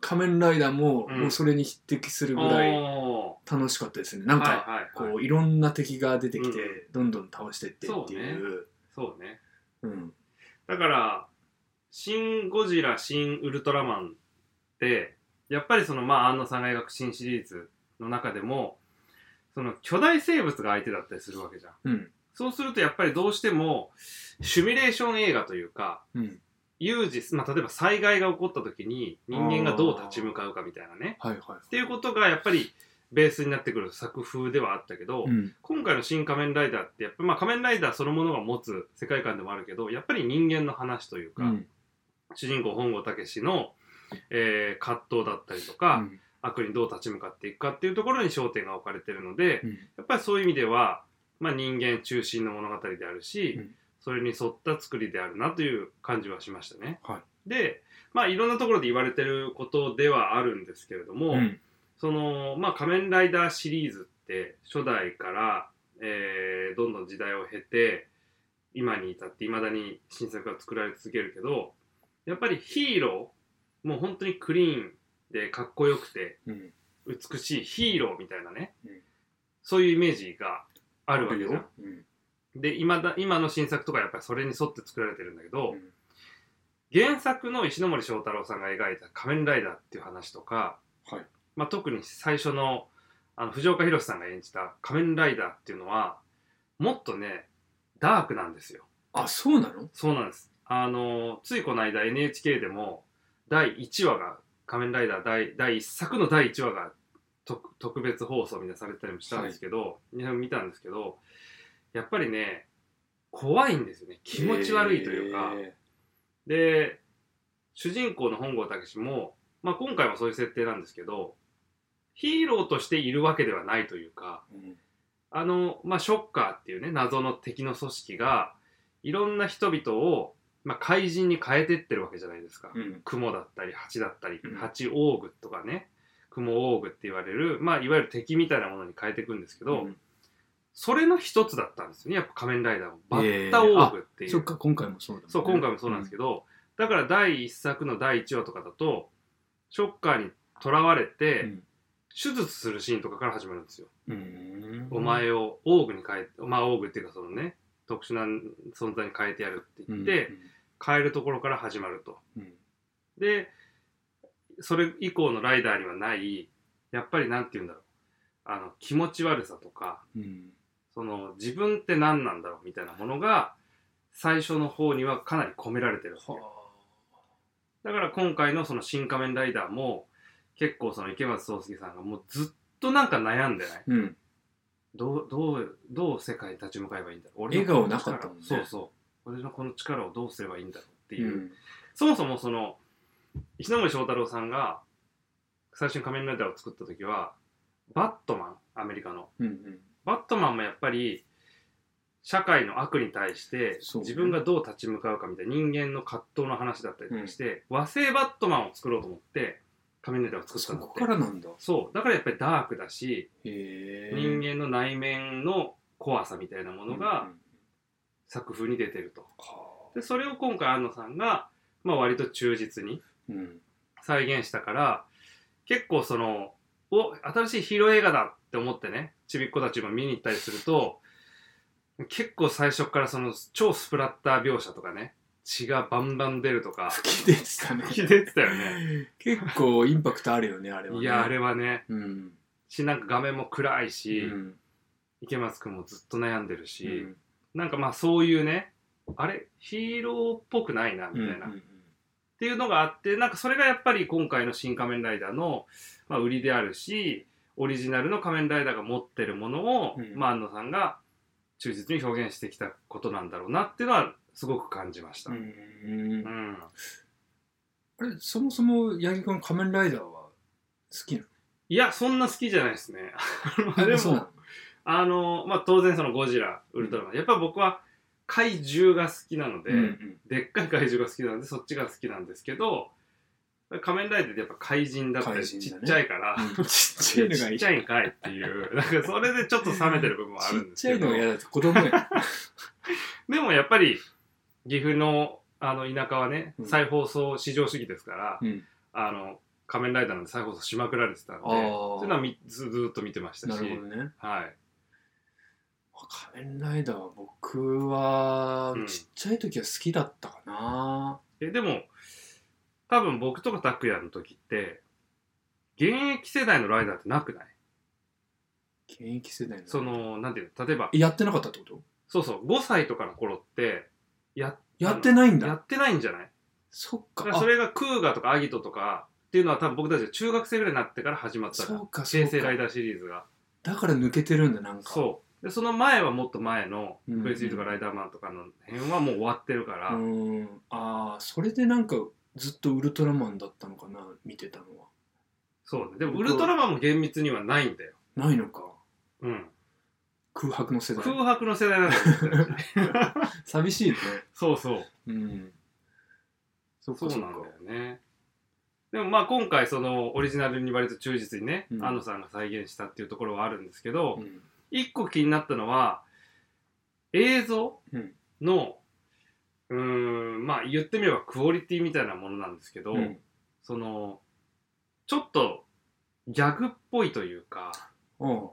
[SPEAKER 1] 仮面ライダーも,、
[SPEAKER 2] うん
[SPEAKER 1] もうそれに匹敵するぐらい
[SPEAKER 2] お
[SPEAKER 1] 楽しかったですねなん
[SPEAKER 2] ー
[SPEAKER 1] か、
[SPEAKER 2] はいはいはい
[SPEAKER 1] こういろんな敵が出てきて、
[SPEAKER 2] う
[SPEAKER 1] どんどん倒してってっていう
[SPEAKER 2] そうね。
[SPEAKER 1] う、ん、
[SPEAKER 2] だから、新ゴジラ、新ウルトラマンって、やっぱりその、まあ、安野さんが描く新シリーズの中でも、その巨大生物が相手だったりするわけじゃん。
[SPEAKER 1] うん
[SPEAKER 2] そうするとやっぱりどうしても、シミュレーション映画というか、
[SPEAKER 1] うん、
[SPEAKER 2] 有事、まあ、例えば災害が起こった時に人間がどう立ち向かうかみたいなね。
[SPEAKER 1] はいは
[SPEAKER 2] っていうことがやっぱりベースになってくる作風ではあったけど、
[SPEAKER 1] い、うん
[SPEAKER 2] 今回の「新仮面ライダー」ってやっぱ、まあ、仮面ライダーそのものが持つ世界観でもあるけどやっぱり人間の話という
[SPEAKER 1] う
[SPEAKER 2] か、
[SPEAKER 1] ん
[SPEAKER 2] 主人公本郷武史の、えー葛藤だったりと
[SPEAKER 1] う
[SPEAKER 2] か、
[SPEAKER 1] ん
[SPEAKER 2] 悪にどう立ち向かっていくかっていうところに焦点が置かれてるので、
[SPEAKER 1] うん
[SPEAKER 2] やっぱりそういう意味では、まあ、人間中心の物語であるし、
[SPEAKER 1] うん
[SPEAKER 2] それに沿った作りであるなという感じはしましたね。
[SPEAKER 1] は
[SPEAKER 2] で、まあ、いろんなところで言われてることではあるんですけれども、
[SPEAKER 1] うん
[SPEAKER 2] その、まあ、仮面ライダーシリーズって初代から、えーどんどん時代を経て今に至っていまだに新作が作られ続けるけどやっぱりヒーローもう本当にクリーンでかっこよくて
[SPEAKER 1] うん
[SPEAKER 2] 美しいヒーローみたいなね、
[SPEAKER 1] うん
[SPEAKER 2] そういうイメージがあるわけじゃ
[SPEAKER 1] よ
[SPEAKER 2] ん。で今だ今の新作とかやっぱりそれに沿って作られてるんだけど、
[SPEAKER 1] うん
[SPEAKER 2] 原作の石ノ森章太郎さんが描いた「仮面ライダー」っていう話とか、
[SPEAKER 1] はい
[SPEAKER 2] まあ、特に最初のあの藤岡弘、さんが演じた「仮面ライダー」っていうのはもっとねダークなんですよ
[SPEAKER 1] あそうなの
[SPEAKER 2] そうなんですあのついこの間 NHK でも第1話が「仮面ライダー第」第1作の第1話が特特別放送みたいなされてたりもしたんですけど、いや見たんですけどやっぱりね怖いんですよね気持ち悪いというか。
[SPEAKER 1] へ
[SPEAKER 2] で主人公の本郷武史も、まあ、今回もそういう設定なんですけどヒーローとしているわけではないというか
[SPEAKER 1] ーうん
[SPEAKER 2] あの、まあ、ショッカーっていうね謎の敵の組織がいろんな人々を、まあ、怪人に変えてってるわけじゃないですか。
[SPEAKER 1] うん
[SPEAKER 2] 雲だったり蜂だったり
[SPEAKER 1] うん
[SPEAKER 2] 蜂オーグとかね雲オーグって言われる、まあ、いわゆる敵みたいなものに変えていくんですけど、
[SPEAKER 1] うん
[SPEAKER 2] それの一つだったんですよねやっぱ仮面ライダーもバッタオ
[SPEAKER 1] へー
[SPEAKER 2] ーグっていう、
[SPEAKER 1] そっか今回もそうだもんね
[SPEAKER 2] そう、今回もそうなんですけど、だから第1作の第1話とかだと、ショッカーにとらわれて、
[SPEAKER 1] うん
[SPEAKER 2] 手術するシーンとかから始まるんですよ。
[SPEAKER 1] うん
[SPEAKER 2] お前をオーグに変え、まあオーグっていうかそのね、特殊な存在に変えてやるって言って、変えるところから始まると。
[SPEAKER 1] うん
[SPEAKER 2] で、それ以降のライダーにはない、やっぱりなんて言うんだろう、あの、気持ち悪さとか、
[SPEAKER 1] うん
[SPEAKER 2] その自分って何なんだろうみたいなものが、最初の方にはかなり込められてるんですよ。だから今回のその新仮面ライダーも結構その池松壮亮さんがもうずっとなんか悩んでない
[SPEAKER 1] うん
[SPEAKER 2] どうどうどう世界に立ち向かえばいいんだろう
[SPEAKER 1] 笑顔なかったもんね
[SPEAKER 2] そうそう俺のこの力をどうすればいいんだろうって
[SPEAKER 1] う
[SPEAKER 2] いう、
[SPEAKER 1] ん
[SPEAKER 2] そもそもその石ノ森章太郎さんが最初に仮面ライダーを作った時はバットマンアメリカの
[SPEAKER 1] うんうん
[SPEAKER 2] バットマンもやっぱり社会の悪に対して
[SPEAKER 1] そうね
[SPEAKER 2] 自分がどう立ち向かうかみたいな人間の葛藤の話だったりとかして、和製バットマンを作ろうと思って仮面ライダーを作った
[SPEAKER 1] そ
[SPEAKER 2] んだっ
[SPEAKER 1] こ
[SPEAKER 2] て
[SPEAKER 1] からなんだ
[SPEAKER 2] そうだからやっぱりダークだし、
[SPEAKER 1] へ
[SPEAKER 2] 人間の内面の怖さみたいなものが作風に出てるとでそれを今回安野さんが、まあ、割と忠実に
[SPEAKER 1] うん
[SPEAKER 2] 再現したから結構そのお新しいヒーロー映画だって思ってねちびっ子たちも見に行ったりすると結構最初からその超スプラッター描写とかね血がバンバン出るとか
[SPEAKER 1] 好きでしたね
[SPEAKER 2] 出てたよね
[SPEAKER 1] 結構インパクトあるよねあれはね
[SPEAKER 2] いやあれはね
[SPEAKER 1] うん
[SPEAKER 2] しなんか画面も暗いし、
[SPEAKER 1] うん
[SPEAKER 2] 池松君もずっと悩んでるし、
[SPEAKER 1] うん
[SPEAKER 2] なんかまあそういうねあれヒーローっぽくないなみたいな、
[SPEAKER 1] うん
[SPEAKER 2] っ
[SPEAKER 1] うん
[SPEAKER 2] ていうのがあってなんかそれがやっぱり今回の「新仮面ライダーの」まあ、売りであるしオリジナルの仮面ライダーが持ってるものを、
[SPEAKER 1] うん
[SPEAKER 2] まあ、安野さんが忠実に表現してきたことなんだろうなっていうのはすごく感じました。
[SPEAKER 1] うんうん
[SPEAKER 2] う
[SPEAKER 1] うん
[SPEAKER 2] ん
[SPEAKER 1] あれそもそも八木君仮面ライダーは好きない
[SPEAKER 2] やそんな好きじゃないですね。
[SPEAKER 1] の
[SPEAKER 2] で
[SPEAKER 1] あそうな
[SPEAKER 2] も
[SPEAKER 1] の
[SPEAKER 2] あの、まあ、当然そのゴジラ、ウルトラマン、やっぱ僕は怪獣が好きなので、
[SPEAKER 1] うんうん
[SPEAKER 2] でっかい怪獣が好きなので、そっちが好きなんですけど、仮面ライダーってやっぱ怪人だったり、
[SPEAKER 1] 怪
[SPEAKER 2] ち
[SPEAKER 1] 人だ
[SPEAKER 2] っ
[SPEAKER 1] ね
[SPEAKER 2] ちゃいから、
[SPEAKER 1] うんちっちゃいのがい
[SPEAKER 2] ちっ
[SPEAKER 1] い
[SPEAKER 2] ち
[SPEAKER 1] ちっ
[SPEAKER 2] ゃいんかいっていう、 なんかそれでちょっと冷めてる部分もあるんです
[SPEAKER 1] ちゃ
[SPEAKER 2] け
[SPEAKER 1] い
[SPEAKER 2] ど
[SPEAKER 1] の、が嫌だって子供や
[SPEAKER 2] でもやっぱり岐阜のあの田舎はね、
[SPEAKER 1] うん
[SPEAKER 2] 再放送至上主義ですから、
[SPEAKER 1] うん
[SPEAKER 2] あの、仮面ライダーなんで再放送しまくられてたんで、
[SPEAKER 1] あー
[SPEAKER 2] そういうのはみずずーっと見てました
[SPEAKER 1] な
[SPEAKER 2] し、
[SPEAKER 1] るほどね
[SPEAKER 2] はい。
[SPEAKER 1] 仮面ライダーは僕は
[SPEAKER 2] うん
[SPEAKER 1] ちっちゃい時は好きだったかな、
[SPEAKER 2] えでも多分僕とか拓也の時って現役世代のライダーってなくない
[SPEAKER 1] 現役世代の
[SPEAKER 2] そのなんていうの例えば
[SPEAKER 1] やってなかったってこと
[SPEAKER 2] そうそう5歳とかの頃ってや
[SPEAKER 1] やってないん
[SPEAKER 2] や
[SPEAKER 1] だ
[SPEAKER 2] ってないんじゃない
[SPEAKER 1] そっ
[SPEAKER 2] だ
[SPEAKER 1] か
[SPEAKER 2] からそれがクーガとかアギトとかっていうのは多分僕たちが中学生ぐらいになってから始まっ
[SPEAKER 1] あ
[SPEAKER 2] た
[SPEAKER 1] そ
[SPEAKER 2] じゃん
[SPEAKER 1] うかそう
[SPEAKER 2] 平
[SPEAKER 1] か
[SPEAKER 2] 成ライダーシリーズが
[SPEAKER 1] だから抜けてるんだなんか
[SPEAKER 2] そうでその前はもっと前の
[SPEAKER 1] うん
[SPEAKER 2] V3 とかライダーマンとかの辺はもう終わってるから、
[SPEAKER 1] うんああそれでなんかずっとウルトラマンだったのかな見てたのは
[SPEAKER 2] そうねでもウルトラマンも厳密にはないんだよ、
[SPEAKER 1] ないのか
[SPEAKER 2] うん、
[SPEAKER 1] 空白の世代
[SPEAKER 2] 空白の世代なんだよ僕たち
[SPEAKER 1] 寂しいね
[SPEAKER 2] そうそう
[SPEAKER 1] うんそっ
[SPEAKER 2] そう
[SPEAKER 1] か
[SPEAKER 2] な
[SPEAKER 1] そ
[SPEAKER 2] ん
[SPEAKER 1] っ
[SPEAKER 2] だ
[SPEAKER 1] か
[SPEAKER 2] よね。でもまあ今回そのオリジナルに割と忠実にね、
[SPEAKER 1] うん
[SPEAKER 2] 安野さんが再現したっていうところはあるんですけど、
[SPEAKER 1] うん
[SPEAKER 2] 一個気になったのは映像
[SPEAKER 1] うん
[SPEAKER 2] の、うーんまあ言ってみればクオリティみたいなものなんですけど、
[SPEAKER 1] うん
[SPEAKER 2] そのちょっとギャグっぽいというか
[SPEAKER 1] うん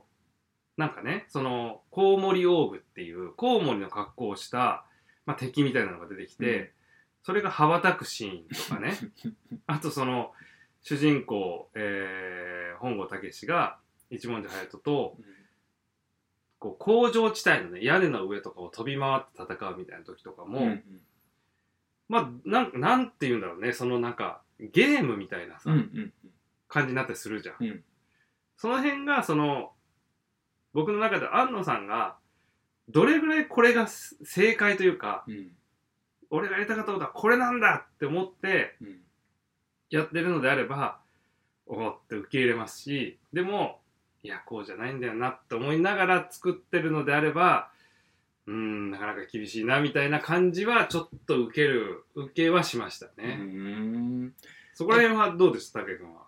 [SPEAKER 2] なんかねそのコウモリオーグっていうコウモリの格好をした、まあ、敵みたいなのが出てきて、
[SPEAKER 1] うん
[SPEAKER 2] それが羽ばたくシーンとか ねあとその主人公、えー本郷武が一文字隼人とこう工場地帯のね屋根の上とかを飛び回って戦うみたいな時とかも、
[SPEAKER 1] うん
[SPEAKER 2] まあなんなんて言うんだろうねそのなんかゲームみたいなさ、
[SPEAKER 1] うんうん
[SPEAKER 2] 感じになったりするじゃん、
[SPEAKER 1] うん
[SPEAKER 2] その辺がその僕の中で安野さんがどれぐらいこれがす正解というか
[SPEAKER 1] うん
[SPEAKER 2] 俺がやりたかったことはこれなんだって思って
[SPEAKER 1] うん
[SPEAKER 2] やってるのであればおおって受け入れますしでもいやこうじゃないんだよなって思いながら作ってるのであればうーんなかなか厳しいなみたいな感じはちょっと受ける受けはしましたね、
[SPEAKER 1] うん
[SPEAKER 2] そこら辺はどうでした武君は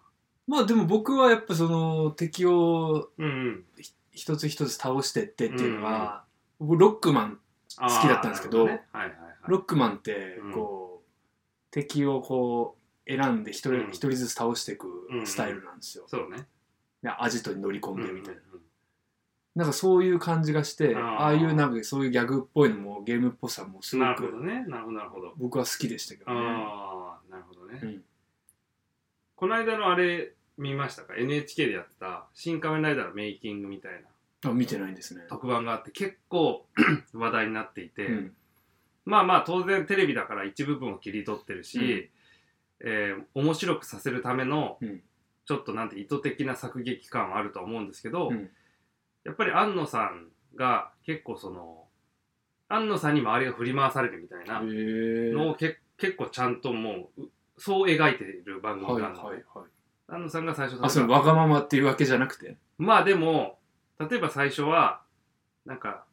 [SPEAKER 1] まあでも僕はやっぱその敵を
[SPEAKER 2] うんうん
[SPEAKER 1] 一つ一つ倒してってっていうのは、僕ロックマン
[SPEAKER 2] あー
[SPEAKER 1] 好きだったんですけど
[SPEAKER 2] なるほねはいはいはい、
[SPEAKER 1] ロックマンって
[SPEAKER 2] うん
[SPEAKER 1] こう、敵をこう選んで一人,、
[SPEAKER 2] うん
[SPEAKER 1] 一人ずつ倒していく
[SPEAKER 2] うん
[SPEAKER 1] スタイルなんですよ、
[SPEAKER 2] そうね。
[SPEAKER 1] でアジトに乗り込んでみたいな、
[SPEAKER 2] うんうんうん
[SPEAKER 1] なんかそういう感じがして
[SPEAKER 2] あー
[SPEAKER 1] ああいうなんかそういうギャグっぽいのもゲームっぽさもすご
[SPEAKER 2] なるほど
[SPEAKER 1] く
[SPEAKER 2] ね。なるほど、なるほど。
[SPEAKER 1] 僕は好きでしたけどね
[SPEAKER 2] ああ、なるほどね。
[SPEAKER 1] うん
[SPEAKER 2] この間のあれ見ましたか ?NHK でやってた「新仮面ライダーのメイキング」みたいな
[SPEAKER 1] あ見てないんですね、
[SPEAKER 2] 特番があって結構 話題になっていて、
[SPEAKER 1] うん
[SPEAKER 2] まあまあ当然テレビだから一部分を切り取ってるし、
[SPEAKER 1] うん
[SPEAKER 2] えー面白くさせるための
[SPEAKER 1] うん
[SPEAKER 2] ちょっとなんて意図的な作劇感はあると思うんですけど、
[SPEAKER 1] うん
[SPEAKER 2] やっぱり安野さんが結構その安野さんに周りが振り回されるみたいな
[SPEAKER 1] へえ
[SPEAKER 2] のをけ結構ちゃんともううそう描いている番組
[SPEAKER 1] はい
[SPEAKER 2] な
[SPEAKER 1] はい
[SPEAKER 2] ので、
[SPEAKER 1] はい
[SPEAKER 2] 安野さんが最初
[SPEAKER 1] あそのわがままっていうわけじゃなくて
[SPEAKER 2] まあでも例えば最初はなんか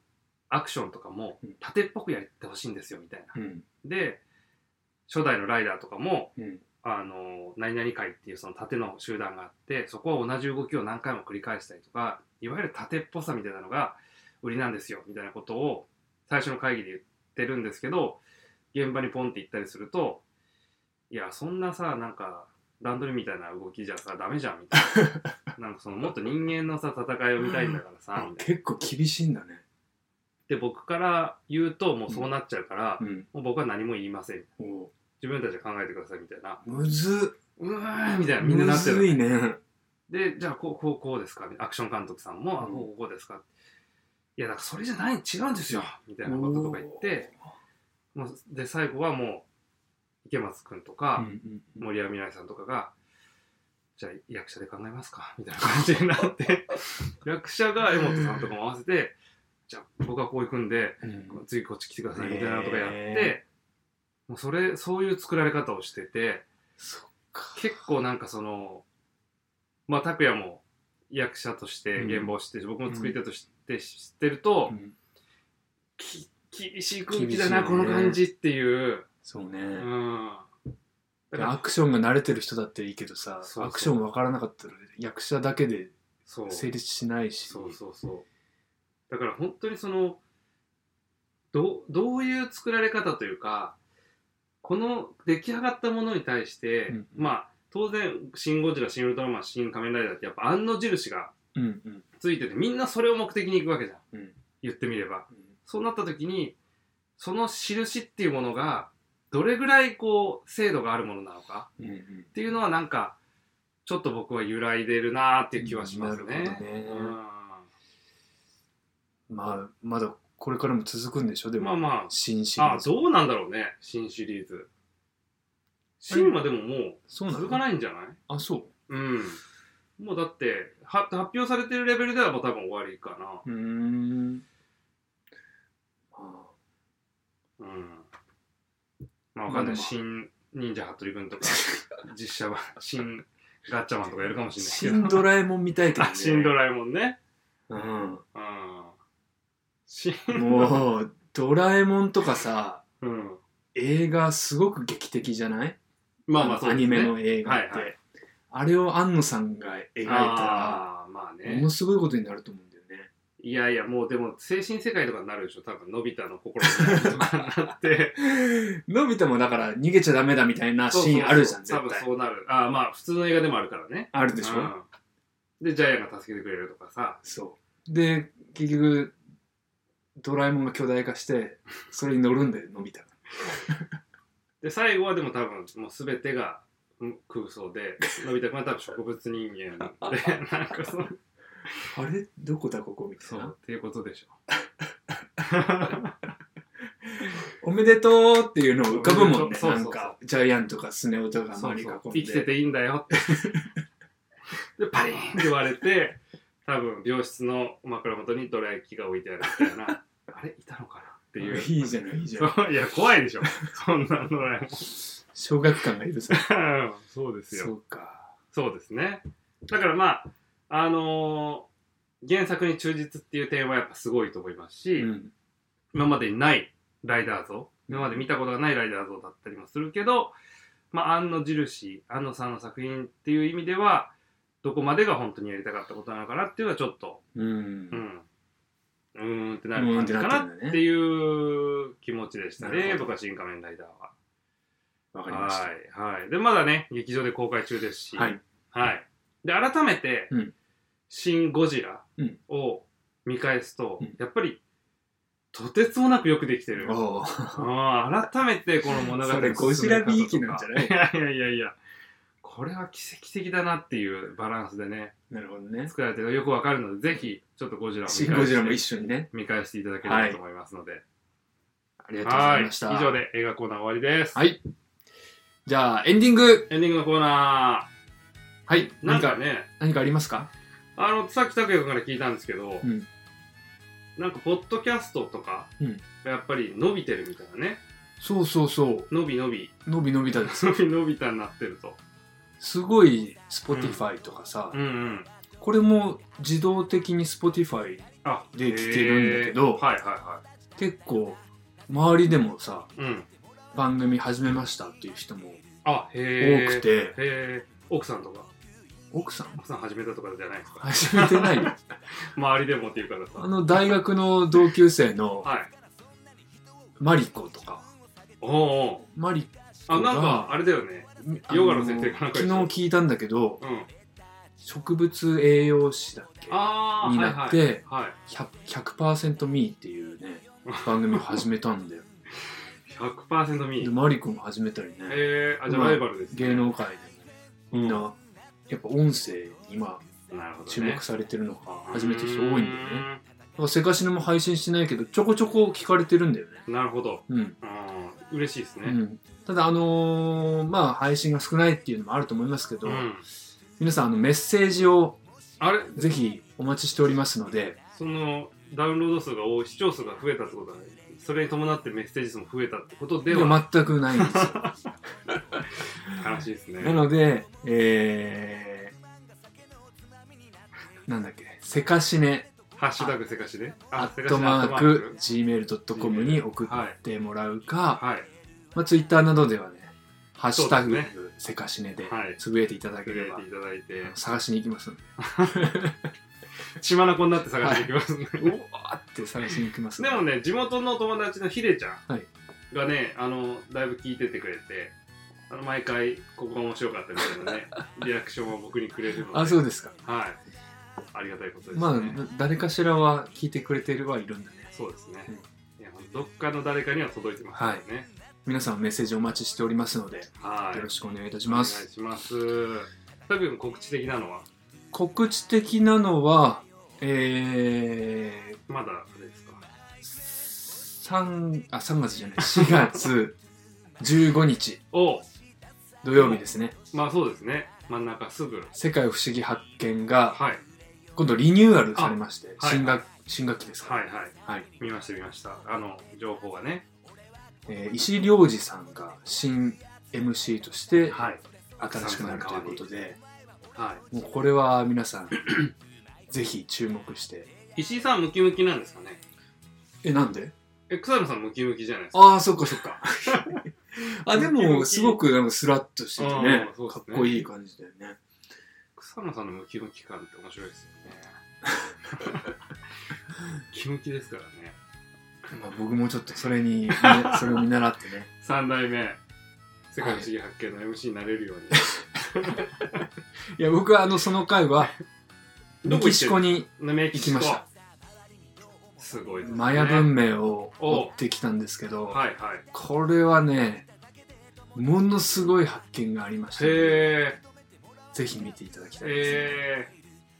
[SPEAKER 2] アクションとかも
[SPEAKER 1] うん
[SPEAKER 2] 縦っぽくやってほしいんですよみたいな。
[SPEAKER 1] うん
[SPEAKER 2] で初代のライダーとかも
[SPEAKER 1] うん
[SPEAKER 2] あの何々会っていうその縦の集団があってそこは同じ動きを何回も繰り返したりとかいわゆる縦っぽさみたいなのが売りなんですよみたいなことを最初の会議で言ってるんですけど現場にポンって行ったりするといやそんなさなんか段取りみたいな動きじゃさダメじゃんみたい ななんかそのもっと人間のさ戦いを見たいんだからさ
[SPEAKER 1] あ
[SPEAKER 2] みたいな
[SPEAKER 1] 結構厳しいんだね
[SPEAKER 2] で僕から言うともうそうなっちゃうから、
[SPEAKER 1] うん
[SPEAKER 2] もう僕は何も言いません
[SPEAKER 1] お
[SPEAKER 2] 自分たちで考えてくださいみたいな
[SPEAKER 1] むずっ
[SPEAKER 2] うわーみたいなみんななってる
[SPEAKER 1] むずいね
[SPEAKER 2] で、じゃあ、こう、こう、こうですか、アクション監督さんも、あ
[SPEAKER 1] うん
[SPEAKER 2] こう、こうですか。いや、なんかそれじゃない、違うんですよみたいなこととか言って、もうで、最後はもう、池松君と
[SPEAKER 1] うん
[SPEAKER 2] か、
[SPEAKER 1] うん
[SPEAKER 2] 森山未来さんとかが、じゃあ役者で考えますかみたいな感じにな って、役者が江本さんとかも合わせて、じゃあ僕はこう行くんで、
[SPEAKER 1] うん
[SPEAKER 2] 次こっち来てくださいみたいなのとかやって、
[SPEAKER 1] へ
[SPEAKER 2] もうそれ、そういう作られ方をしてて、
[SPEAKER 1] そっか
[SPEAKER 2] 結構なんかその、まあ拓也も役者として現場を知ってるし、僕も作り手として知ってると、
[SPEAKER 1] うん
[SPEAKER 2] き厳しい空気だな、
[SPEAKER 1] 厳しい
[SPEAKER 2] こ
[SPEAKER 1] ね
[SPEAKER 2] の感じっていう、
[SPEAKER 1] そう
[SPEAKER 2] う
[SPEAKER 1] ね、
[SPEAKER 2] ん。だから
[SPEAKER 1] アクションが慣れてる人だったらいいけどさ
[SPEAKER 2] そうそう
[SPEAKER 1] アクション分からなかったら役者だけで
[SPEAKER 2] そう
[SPEAKER 1] 成立しないし
[SPEAKER 2] そうそうそうだから本当にそのどどういう作られ方というかこの出来上がったものに対して、
[SPEAKER 1] うん
[SPEAKER 2] まあ当然「シン・ゴジラ」「シン・ウルトラマン」「シン・仮面ライダー」ってやっぱ案の印が
[SPEAKER 1] うんうん
[SPEAKER 2] ついててみんなそれを目的に行くわけじゃん、
[SPEAKER 1] うん
[SPEAKER 2] 言ってみればそうなった時にその印っていうものがどれぐらいこう精度があるものなのか
[SPEAKER 1] うんうん
[SPEAKER 2] っていうのはなんかちょっと僕は揺らいでるなーっていう気はします
[SPEAKER 1] なる
[SPEAKER 2] ね
[SPEAKER 1] ほど。ね
[SPEAKER 2] うん
[SPEAKER 1] まあまだこれからも続くんでしょでも、
[SPEAKER 2] まあまあ
[SPEAKER 1] 新シリ
[SPEAKER 2] あ
[SPEAKER 1] ー
[SPEAKER 2] あ
[SPEAKER 1] ズ
[SPEAKER 2] どうなんだろうね新シリーズ新はでもも
[SPEAKER 1] そううな
[SPEAKER 2] 続
[SPEAKER 1] の
[SPEAKER 2] かないんじゃない
[SPEAKER 1] あそう
[SPEAKER 2] うんもうだっては発表されてるレベルではもう多分終わりか
[SPEAKER 1] うーんあ
[SPEAKER 2] なうんまあわかん
[SPEAKER 1] ま
[SPEAKER 2] な
[SPEAKER 1] あで
[SPEAKER 2] い
[SPEAKER 1] も
[SPEAKER 2] 新忍者服部君とか実写 版新ガッチャマンとかやるかもしれないけど
[SPEAKER 1] 新ドラえもん見たいけどね
[SPEAKER 2] あ新ドラえもんね
[SPEAKER 1] う
[SPEAKER 2] う
[SPEAKER 1] ん
[SPEAKER 2] ん新
[SPEAKER 1] もうドラえもんとかさ
[SPEAKER 2] うん
[SPEAKER 1] 映画すごく劇的じゃない
[SPEAKER 2] まあまあそう
[SPEAKER 1] ア
[SPEAKER 2] です
[SPEAKER 1] ニ
[SPEAKER 2] ね
[SPEAKER 1] メの映画って、
[SPEAKER 2] はいはい
[SPEAKER 1] あれを庵野さんが描いたら
[SPEAKER 2] ああまあね
[SPEAKER 1] ものすごいことになると思うんだよね
[SPEAKER 2] いやいや、もうでも、精神世界とかになるでしょ、多分のび太の心 の中とかになって。
[SPEAKER 1] のび太もだから逃げちゃダメだみたいなシーンあるじゃん
[SPEAKER 2] そうそうそう
[SPEAKER 1] 絶対
[SPEAKER 2] 多分そうなる。ああ、まあ、普通の映画でもあるからね。
[SPEAKER 1] あるでしょ、
[SPEAKER 2] うんで、ジャイアンが助けてくれるとかさ。
[SPEAKER 1] そうで結局ドラえもんが巨大化してそれに乗るんだよのび太が
[SPEAKER 2] で、最後はでも多分、もう全てがうん空想で、のび太くんは多分植物人 間で、なんかその、
[SPEAKER 1] あれどこだここみた
[SPEAKER 2] そ
[SPEAKER 1] いな
[SPEAKER 2] う、っていうことで しょ。
[SPEAKER 1] おめでとうっていうのを浮かぶも
[SPEAKER 2] お
[SPEAKER 1] ん
[SPEAKER 2] めで
[SPEAKER 1] ね
[SPEAKER 2] とう
[SPEAKER 1] なん
[SPEAKER 2] そうそう
[SPEAKER 1] かジャイアンとかスネ夫とか
[SPEAKER 2] そ
[SPEAKER 1] 周
[SPEAKER 2] う
[SPEAKER 1] り囲
[SPEAKER 2] そ
[SPEAKER 1] ん
[SPEAKER 2] う
[SPEAKER 1] で
[SPEAKER 2] 生きてていいんだよって。で、パリーンって言われて、多分病室の枕元にどら焼きが置いてあるみたいな、あれいたのかなっていう。
[SPEAKER 1] いいじゃないいい じゃない
[SPEAKER 2] そういや、怖いでしょ。そんなのね。
[SPEAKER 1] 小学館がいるさ
[SPEAKER 2] そうですよ
[SPEAKER 1] そ。うか
[SPEAKER 2] そうですね。だからまあ、あのー原作に忠実っていう点はやっぱすごいと思います
[SPEAKER 1] う
[SPEAKER 2] し、
[SPEAKER 1] ん
[SPEAKER 2] 今までにないライダー像、今まで見たことがないライダー像だったりもするけど、まあ、庵野印、庵野さんの作品っていう意味では、どこまでが本当にやりたかったことなのかなっていうのはちょっと、う
[SPEAKER 1] う
[SPEAKER 2] んん、うーんってなる感じかなっていう気持ちでした
[SPEAKER 1] なる
[SPEAKER 2] ね、
[SPEAKER 1] ほど
[SPEAKER 2] 僕は新仮面ライダーは。
[SPEAKER 1] わかりまし
[SPEAKER 2] はい、はい。で、まだね、劇場で公開中ですし、
[SPEAKER 1] たはい
[SPEAKER 2] はい。で、改めて、
[SPEAKER 1] うん
[SPEAKER 2] シン・ゴジラ
[SPEAKER 1] うん
[SPEAKER 2] を見返すと、
[SPEAKER 1] うん
[SPEAKER 2] やっぱり、とてつもなくよくできてる。
[SPEAKER 1] お
[SPEAKER 2] あー改めてこの物語
[SPEAKER 1] それゴジラビーキなんじゃな
[SPEAKER 2] い
[SPEAKER 1] い
[SPEAKER 2] やいやいやいや、これは奇跡的だなっていうバランスでね、
[SPEAKER 1] なるほどね
[SPEAKER 2] 作られてるのよくわかるので、ぜひ、ちょっとゴジラを見
[SPEAKER 1] シン・ゴジラも
[SPEAKER 2] 返
[SPEAKER 1] 一
[SPEAKER 2] して
[SPEAKER 1] 緒にね
[SPEAKER 2] 見返していただければと思いますので。
[SPEAKER 1] ありがとうご
[SPEAKER 2] は
[SPEAKER 1] ざ
[SPEAKER 2] い。
[SPEAKER 1] い
[SPEAKER 2] 以
[SPEAKER 1] ました
[SPEAKER 2] 上で映画コーナー終わりです。
[SPEAKER 1] はいじゃあエンディング
[SPEAKER 2] エンディングのコーナ
[SPEAKER 1] はい
[SPEAKER 2] ー。な
[SPEAKER 1] 何
[SPEAKER 2] んか
[SPEAKER 1] か
[SPEAKER 2] ね、
[SPEAKER 1] 何かありますか
[SPEAKER 2] あの、さっき拓也君から聞いたんですけど、
[SPEAKER 1] うん
[SPEAKER 2] なんか、ポッドキャストとか
[SPEAKER 1] うん、
[SPEAKER 2] やっぱり伸びてるみたいなね。
[SPEAKER 1] そうそうそう
[SPEAKER 2] 伸び伸び、
[SPEAKER 1] のびのびだです
[SPEAKER 2] 伸び伸びたになってると。
[SPEAKER 1] すごい Spotify とかさ、
[SPEAKER 2] うんうん。
[SPEAKER 1] これも自動的に Spotify
[SPEAKER 2] あ、
[SPEAKER 1] で聞けるんだけど
[SPEAKER 2] へーはいはいは
[SPEAKER 1] 結構周りでもさ
[SPEAKER 2] い。うん。
[SPEAKER 1] 番組始めましたっていう人も
[SPEAKER 2] あ、へえ。
[SPEAKER 1] 多く。て、
[SPEAKER 2] へえ。奥さんとか、
[SPEAKER 1] 奥さん
[SPEAKER 2] 奥さん始めたとかじゃないですか。
[SPEAKER 1] 始めてな いよ
[SPEAKER 2] 周りでもっていうから
[SPEAKER 1] あ
[SPEAKER 2] さ。
[SPEAKER 1] の大学の同級生の
[SPEAKER 2] はい。
[SPEAKER 1] マリコとか
[SPEAKER 2] おーお
[SPEAKER 1] マリ
[SPEAKER 2] ー。あ、なんか、あれだよね。
[SPEAKER 1] あ
[SPEAKER 2] ヨガの先生かなんかでし
[SPEAKER 1] 昨日
[SPEAKER 2] ょ
[SPEAKER 1] 聞いたんだけど
[SPEAKER 2] うん。
[SPEAKER 1] 植物栄養士だっけ
[SPEAKER 2] あ
[SPEAKER 1] に
[SPEAKER 2] ー、はい
[SPEAKER 1] な
[SPEAKER 2] は
[SPEAKER 1] っ
[SPEAKER 2] い。
[SPEAKER 1] て
[SPEAKER 2] はい。
[SPEAKER 1] 100 100%ミーっていうね番組を始めたん だよ
[SPEAKER 2] 100%ミ
[SPEAKER 1] で
[SPEAKER 2] ー。
[SPEAKER 1] マリコも始めたりね
[SPEAKER 2] へえ。あ、じゃあライバルですね。
[SPEAKER 1] 芸能界でみんなやっぱ音声に今
[SPEAKER 2] なるほど、ね。
[SPEAKER 1] 注目されてるのか始めてる人多いんだよね
[SPEAKER 2] ね。
[SPEAKER 1] だからセカシネも配信してないけどちょこちょこ聞かれてるんだよね
[SPEAKER 2] なるほど。
[SPEAKER 1] うん、
[SPEAKER 2] うん嬉しいです
[SPEAKER 1] う
[SPEAKER 2] ね。
[SPEAKER 1] ん、ただあのーまあ配信が少ないっていうのもあると思いますけど、
[SPEAKER 2] うん
[SPEAKER 1] 皆さんあのメッセージを
[SPEAKER 2] あれ
[SPEAKER 1] ぜひお待ちしておりますので
[SPEAKER 2] そのダウンロード数が多い視聴数が増えたってことは、それに伴ってメッセージ数も増えたってことで
[SPEAKER 1] で
[SPEAKER 2] は、
[SPEAKER 1] は全くないんですよ
[SPEAKER 2] 悲しいですね。
[SPEAKER 1] なのでえー、なんだっけセカシネ
[SPEAKER 2] ハッシュタグせかしね。
[SPEAKER 1] ア
[SPEAKER 2] せ
[SPEAKER 1] ッ
[SPEAKER 2] かし
[SPEAKER 1] ト
[SPEAKER 2] ね
[SPEAKER 1] マーク
[SPEAKER 2] アットマーク
[SPEAKER 1] gmail.com に送ってもらうか、
[SPEAKER 2] はい。
[SPEAKER 1] まあ、ツイッターなどではね「ハッシュタグ
[SPEAKER 2] そうですね
[SPEAKER 1] セカシネ」で
[SPEAKER 2] はい
[SPEAKER 1] つぶやいていただけ
[SPEAKER 2] 入れ
[SPEAKER 1] れば、
[SPEAKER 2] ていただいて、
[SPEAKER 1] 探しに行きますので
[SPEAKER 2] 血まなこになって探していきますね。
[SPEAKER 1] うわーって探しに行きます
[SPEAKER 2] でもね、地元の友達のヒデちゃ
[SPEAKER 1] はい
[SPEAKER 2] んがね、あの、だいぶ聞いててくれて、あの毎回、ここが面白かったみたい なね、リアクションを僕にくれるので、
[SPEAKER 1] あそうですか
[SPEAKER 2] はい。ありがたいことですね。
[SPEAKER 1] まあだ誰かしらは聞いてくれてるはいるんだね
[SPEAKER 2] そうですね
[SPEAKER 1] うん。
[SPEAKER 2] いやどっかの誰かには届いてますからね。
[SPEAKER 1] 皆さんメッセージお待ちしておりますので
[SPEAKER 2] はい。
[SPEAKER 1] よろ
[SPEAKER 2] し
[SPEAKER 1] しくお願いいた
[SPEAKER 2] く
[SPEAKER 1] し
[SPEAKER 2] お
[SPEAKER 1] ま
[SPEAKER 2] 願
[SPEAKER 1] す
[SPEAKER 2] いします。たくん告知的なのは
[SPEAKER 1] 告知的なのはえー、
[SPEAKER 2] まだあれですか。
[SPEAKER 1] 3あ3月じ ゃない4月15日
[SPEAKER 2] おう
[SPEAKER 1] 土曜日ですね
[SPEAKER 2] まあそうですね。真ん中すぐ。
[SPEAKER 1] 「世界不思議発見」が
[SPEAKER 2] はい。
[SPEAKER 1] 今度リニューアルされまして
[SPEAKER 2] あはい
[SPEAKER 1] 新学新学期ですか
[SPEAKER 2] はい
[SPEAKER 1] ら、
[SPEAKER 2] はい。
[SPEAKER 1] はい
[SPEAKER 2] 見ました見ました。あの、情報がね。
[SPEAKER 1] えー石井亮次さんが新 MC として
[SPEAKER 2] はい。
[SPEAKER 1] 新しくなるということで
[SPEAKER 2] は
[SPEAKER 1] もうこれは皆 さんぜひ注目して
[SPEAKER 2] い。石井さんムキムキなんですかね。
[SPEAKER 1] えなんで
[SPEAKER 2] え、草野さんムキムキじゃないですか。
[SPEAKER 1] ああそっかそっか あで
[SPEAKER 2] ムキム
[SPEAKER 1] も
[SPEAKER 2] キ
[SPEAKER 1] すごくなんかスラッとしててね
[SPEAKER 2] うんそうです
[SPEAKER 1] か
[SPEAKER 2] ね
[SPEAKER 1] っこいい感じだよね
[SPEAKER 2] 草野さんのムキムキ感って面白いですよね。 ムキムキですからね。
[SPEAKER 1] まあ、僕もちょっとそれに、 ね、それを見習ってね
[SPEAKER 2] 三代目。世界不思議発見の MC になれるように。
[SPEAKER 1] いや僕はあのその回は
[SPEAKER 2] ど こ行っ
[SPEAKER 1] メ
[SPEAKER 2] てる
[SPEAKER 1] キシコに
[SPEAKER 2] メキ
[SPEAKER 1] 行
[SPEAKER 2] シ
[SPEAKER 1] き
[SPEAKER 2] コ
[SPEAKER 1] ました
[SPEAKER 2] すごいですね
[SPEAKER 1] マヤ文明を追ってきたんですけど、
[SPEAKER 2] はいはいへ
[SPEAKER 1] これはねものすごい発見がありましたので
[SPEAKER 2] え
[SPEAKER 1] ぜひ見ていただきたいです、ね
[SPEAKER 2] え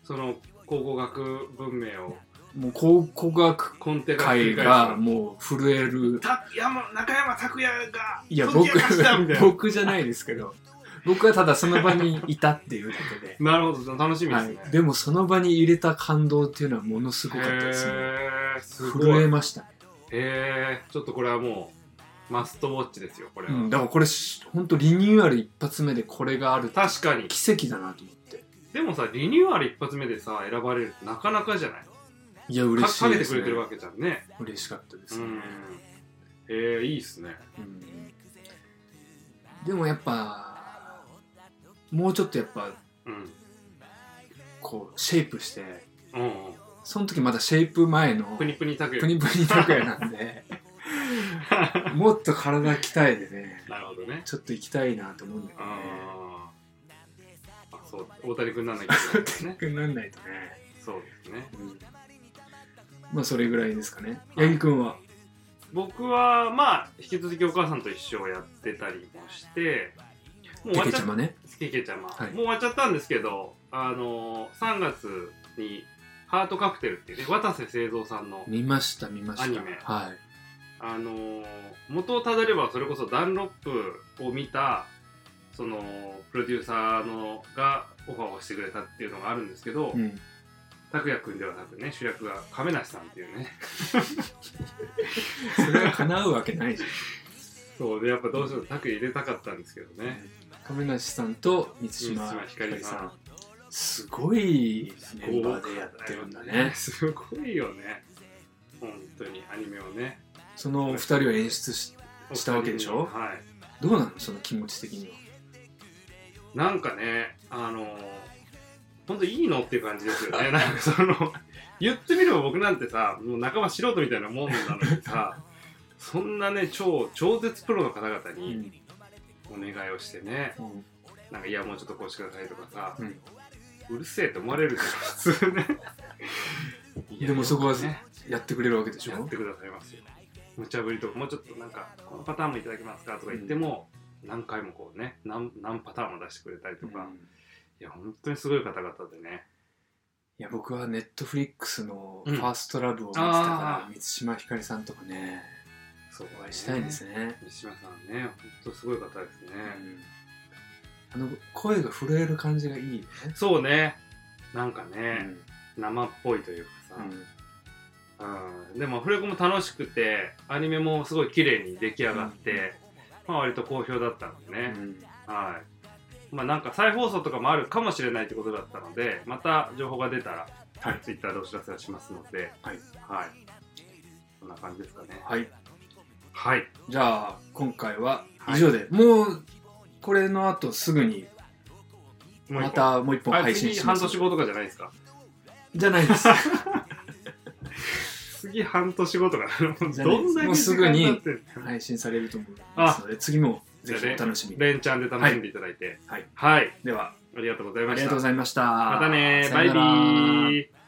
[SPEAKER 2] ー、その考古学文明を
[SPEAKER 1] もう考古学
[SPEAKER 2] コンテが繰
[SPEAKER 1] 界
[SPEAKER 2] り返
[SPEAKER 1] が
[SPEAKER 2] し
[SPEAKER 1] もう震える
[SPEAKER 2] た山中山拓也が
[SPEAKER 1] いや
[SPEAKER 2] 解
[SPEAKER 1] 僕
[SPEAKER 2] き明かしたみたいな
[SPEAKER 1] 僕 じゃないですけど僕はただその場にいたっていうだけで
[SPEAKER 2] なるほど楽しみですね、
[SPEAKER 1] はい、でもその場に入れた感動っていうのはものすごかったですね
[SPEAKER 2] へえすご
[SPEAKER 1] 震え
[SPEAKER 2] いへ
[SPEAKER 1] ましたね、
[SPEAKER 2] えちょっとこれはもうマストウォッチですよこれ
[SPEAKER 1] う
[SPEAKER 2] は、
[SPEAKER 1] ん、だからこれ本当リニューアル一発目でこれがあるって
[SPEAKER 2] 確かに
[SPEAKER 1] 奇跡だなと思って
[SPEAKER 2] でもさリニューアル一発目でさ選ばれるってなかなかじゃない
[SPEAKER 1] いや嬉
[SPEAKER 2] か
[SPEAKER 1] しい
[SPEAKER 2] かけ
[SPEAKER 1] で
[SPEAKER 2] てく
[SPEAKER 1] す
[SPEAKER 2] れ
[SPEAKER 1] ね
[SPEAKER 2] てるわけじゃんね
[SPEAKER 1] 嬉しかったで
[SPEAKER 2] う
[SPEAKER 1] すね、
[SPEAKER 2] んへえいいっすね
[SPEAKER 1] うんでもやっぱもうちょっとやっぱ
[SPEAKER 2] うん
[SPEAKER 1] こうシェイプして
[SPEAKER 2] うんうん
[SPEAKER 1] その時まだシェイプ前の
[SPEAKER 2] プニプニタク
[SPEAKER 1] プニプニ拓哉な んでもっと体鍛えてね
[SPEAKER 2] なるほどね。
[SPEAKER 1] ちょっと行きたいなと思うんだけどね
[SPEAKER 2] あーあ。そう、大谷君なんだけど ね。
[SPEAKER 1] くなんないとね、
[SPEAKER 2] そうですね。
[SPEAKER 1] うんまあそれぐらいですかね八木君は
[SPEAKER 2] 僕は、まあ、引き続きお母さんと一緒をやってたりもして、もう終
[SPEAKER 1] け
[SPEAKER 2] わっ
[SPEAKER 1] け
[SPEAKER 2] ちゃ
[SPEAKER 1] ちゃまね
[SPEAKER 2] けけちゃま。
[SPEAKER 1] はい
[SPEAKER 2] もう終わっちゃったんですけど、あのー、3月に、ハートカクテルっていうね、渡瀬製造さんの、
[SPEAKER 1] 見ました見ました
[SPEAKER 2] アニメ
[SPEAKER 1] はい
[SPEAKER 2] あのー元をたどればそれこそダンロップを見たそのプロデューサーのがオファーをしてくれたっていうのがあるんですけど、
[SPEAKER 1] うん、
[SPEAKER 2] 拓也君ではなくね主役が亀梨さんっていうね
[SPEAKER 1] それは叶うわけないじ
[SPEAKER 2] そうでやっぱどうしても拓也入れたかったんですけど
[SPEAKER 1] ゃん
[SPEAKER 2] ね、
[SPEAKER 1] 亀梨さんと満島
[SPEAKER 2] 満島
[SPEAKER 1] ひ
[SPEAKER 2] ひ
[SPEAKER 1] か
[SPEAKER 2] か
[SPEAKER 1] り
[SPEAKER 2] り
[SPEAKER 1] さ
[SPEAKER 2] さん
[SPEAKER 1] んすごいメンバ
[SPEAKER 2] 豪華
[SPEAKER 1] ーでやってるんだ
[SPEAKER 2] だよ
[SPEAKER 1] ね
[SPEAKER 2] すごいよね本当にアニメをね
[SPEAKER 1] そのお二人を演出ししたわけでしょ
[SPEAKER 2] はい
[SPEAKER 1] どうなのその気持ち的には
[SPEAKER 2] なんかねあのー本当いいのっていう感じですよね なんかその言ってみれば僕なんてさもう仲間素人みたいなもんなのに さそんなね超超絶プロの方々
[SPEAKER 1] う
[SPEAKER 2] にお願いをしてね、
[SPEAKER 1] ん
[SPEAKER 2] なんかいやもうちょっとこうしてくださいとかさ、
[SPEAKER 1] うん
[SPEAKER 2] うるせえって思われるじゃん普通ねいや
[SPEAKER 1] でもそこは
[SPEAKER 2] ね
[SPEAKER 1] やってくれるわけでし
[SPEAKER 2] やっ
[SPEAKER 1] ょ
[SPEAKER 2] てくださいますよ無茶ぶりとかもうちょっとなんかこのパターンもいただけますかとか言っても、何回もこうね何何パターンも出してくれたりとか、い
[SPEAKER 1] うん
[SPEAKER 2] いや、本当にすごい方々でね。
[SPEAKER 1] いや僕はネットフリックスの「ファーストラブを見てたから、
[SPEAKER 2] あ
[SPEAKER 1] 満島ひかりさんとかね
[SPEAKER 2] そう、
[SPEAKER 1] お会いしたいですね、
[SPEAKER 2] 三島さんね、本当すごい方ですね。
[SPEAKER 1] うんあの声が震える感じがいいね、
[SPEAKER 2] そうね。なんか
[SPEAKER 1] う
[SPEAKER 2] ね、
[SPEAKER 1] ん
[SPEAKER 2] 生っぽいというかさ。
[SPEAKER 1] うん
[SPEAKER 2] うんでもアフレコも楽しくてアニメもすごい綺麗に出来上がって、まあ、割と好評だったんでね、
[SPEAKER 1] うん
[SPEAKER 2] はいまあなんか再放送とかもあるかもしれないってことだったのでまた情報が出たら、
[SPEAKER 1] はい
[SPEAKER 2] ツイッターでお知らせはしますので
[SPEAKER 1] はい
[SPEAKER 2] はいそんな感じですかね
[SPEAKER 1] はい
[SPEAKER 2] はい
[SPEAKER 1] じゃあ今回は
[SPEAKER 2] はい
[SPEAKER 1] 以上で、もうこれの後すぐに
[SPEAKER 2] もう一
[SPEAKER 1] ま
[SPEAKER 2] 本
[SPEAKER 1] たもう一本
[SPEAKER 2] あ
[SPEAKER 1] 配信
[SPEAKER 2] 次
[SPEAKER 1] しま
[SPEAKER 2] 半
[SPEAKER 1] す
[SPEAKER 2] 年後とかじゃないですか
[SPEAKER 1] じゃな いです
[SPEAKER 2] 次半年後とか
[SPEAKER 1] じゃない
[SPEAKER 2] どんだけ
[SPEAKER 1] もうすぐに
[SPEAKER 2] 時間経ってんの
[SPEAKER 1] 配信されると思いますので次もぜひお楽しみに
[SPEAKER 2] 連チャンで楽しんでいただいて
[SPEAKER 1] はい
[SPEAKER 2] はい、
[SPEAKER 1] では
[SPEAKER 2] ありがとうござい
[SPEAKER 1] あ
[SPEAKER 2] ま
[SPEAKER 1] り
[SPEAKER 2] し
[SPEAKER 1] が
[SPEAKER 2] た
[SPEAKER 1] とうございました
[SPEAKER 2] またね
[SPEAKER 1] さ
[SPEAKER 2] バ
[SPEAKER 1] よ
[SPEAKER 2] イ
[SPEAKER 1] なら
[SPEAKER 2] ビー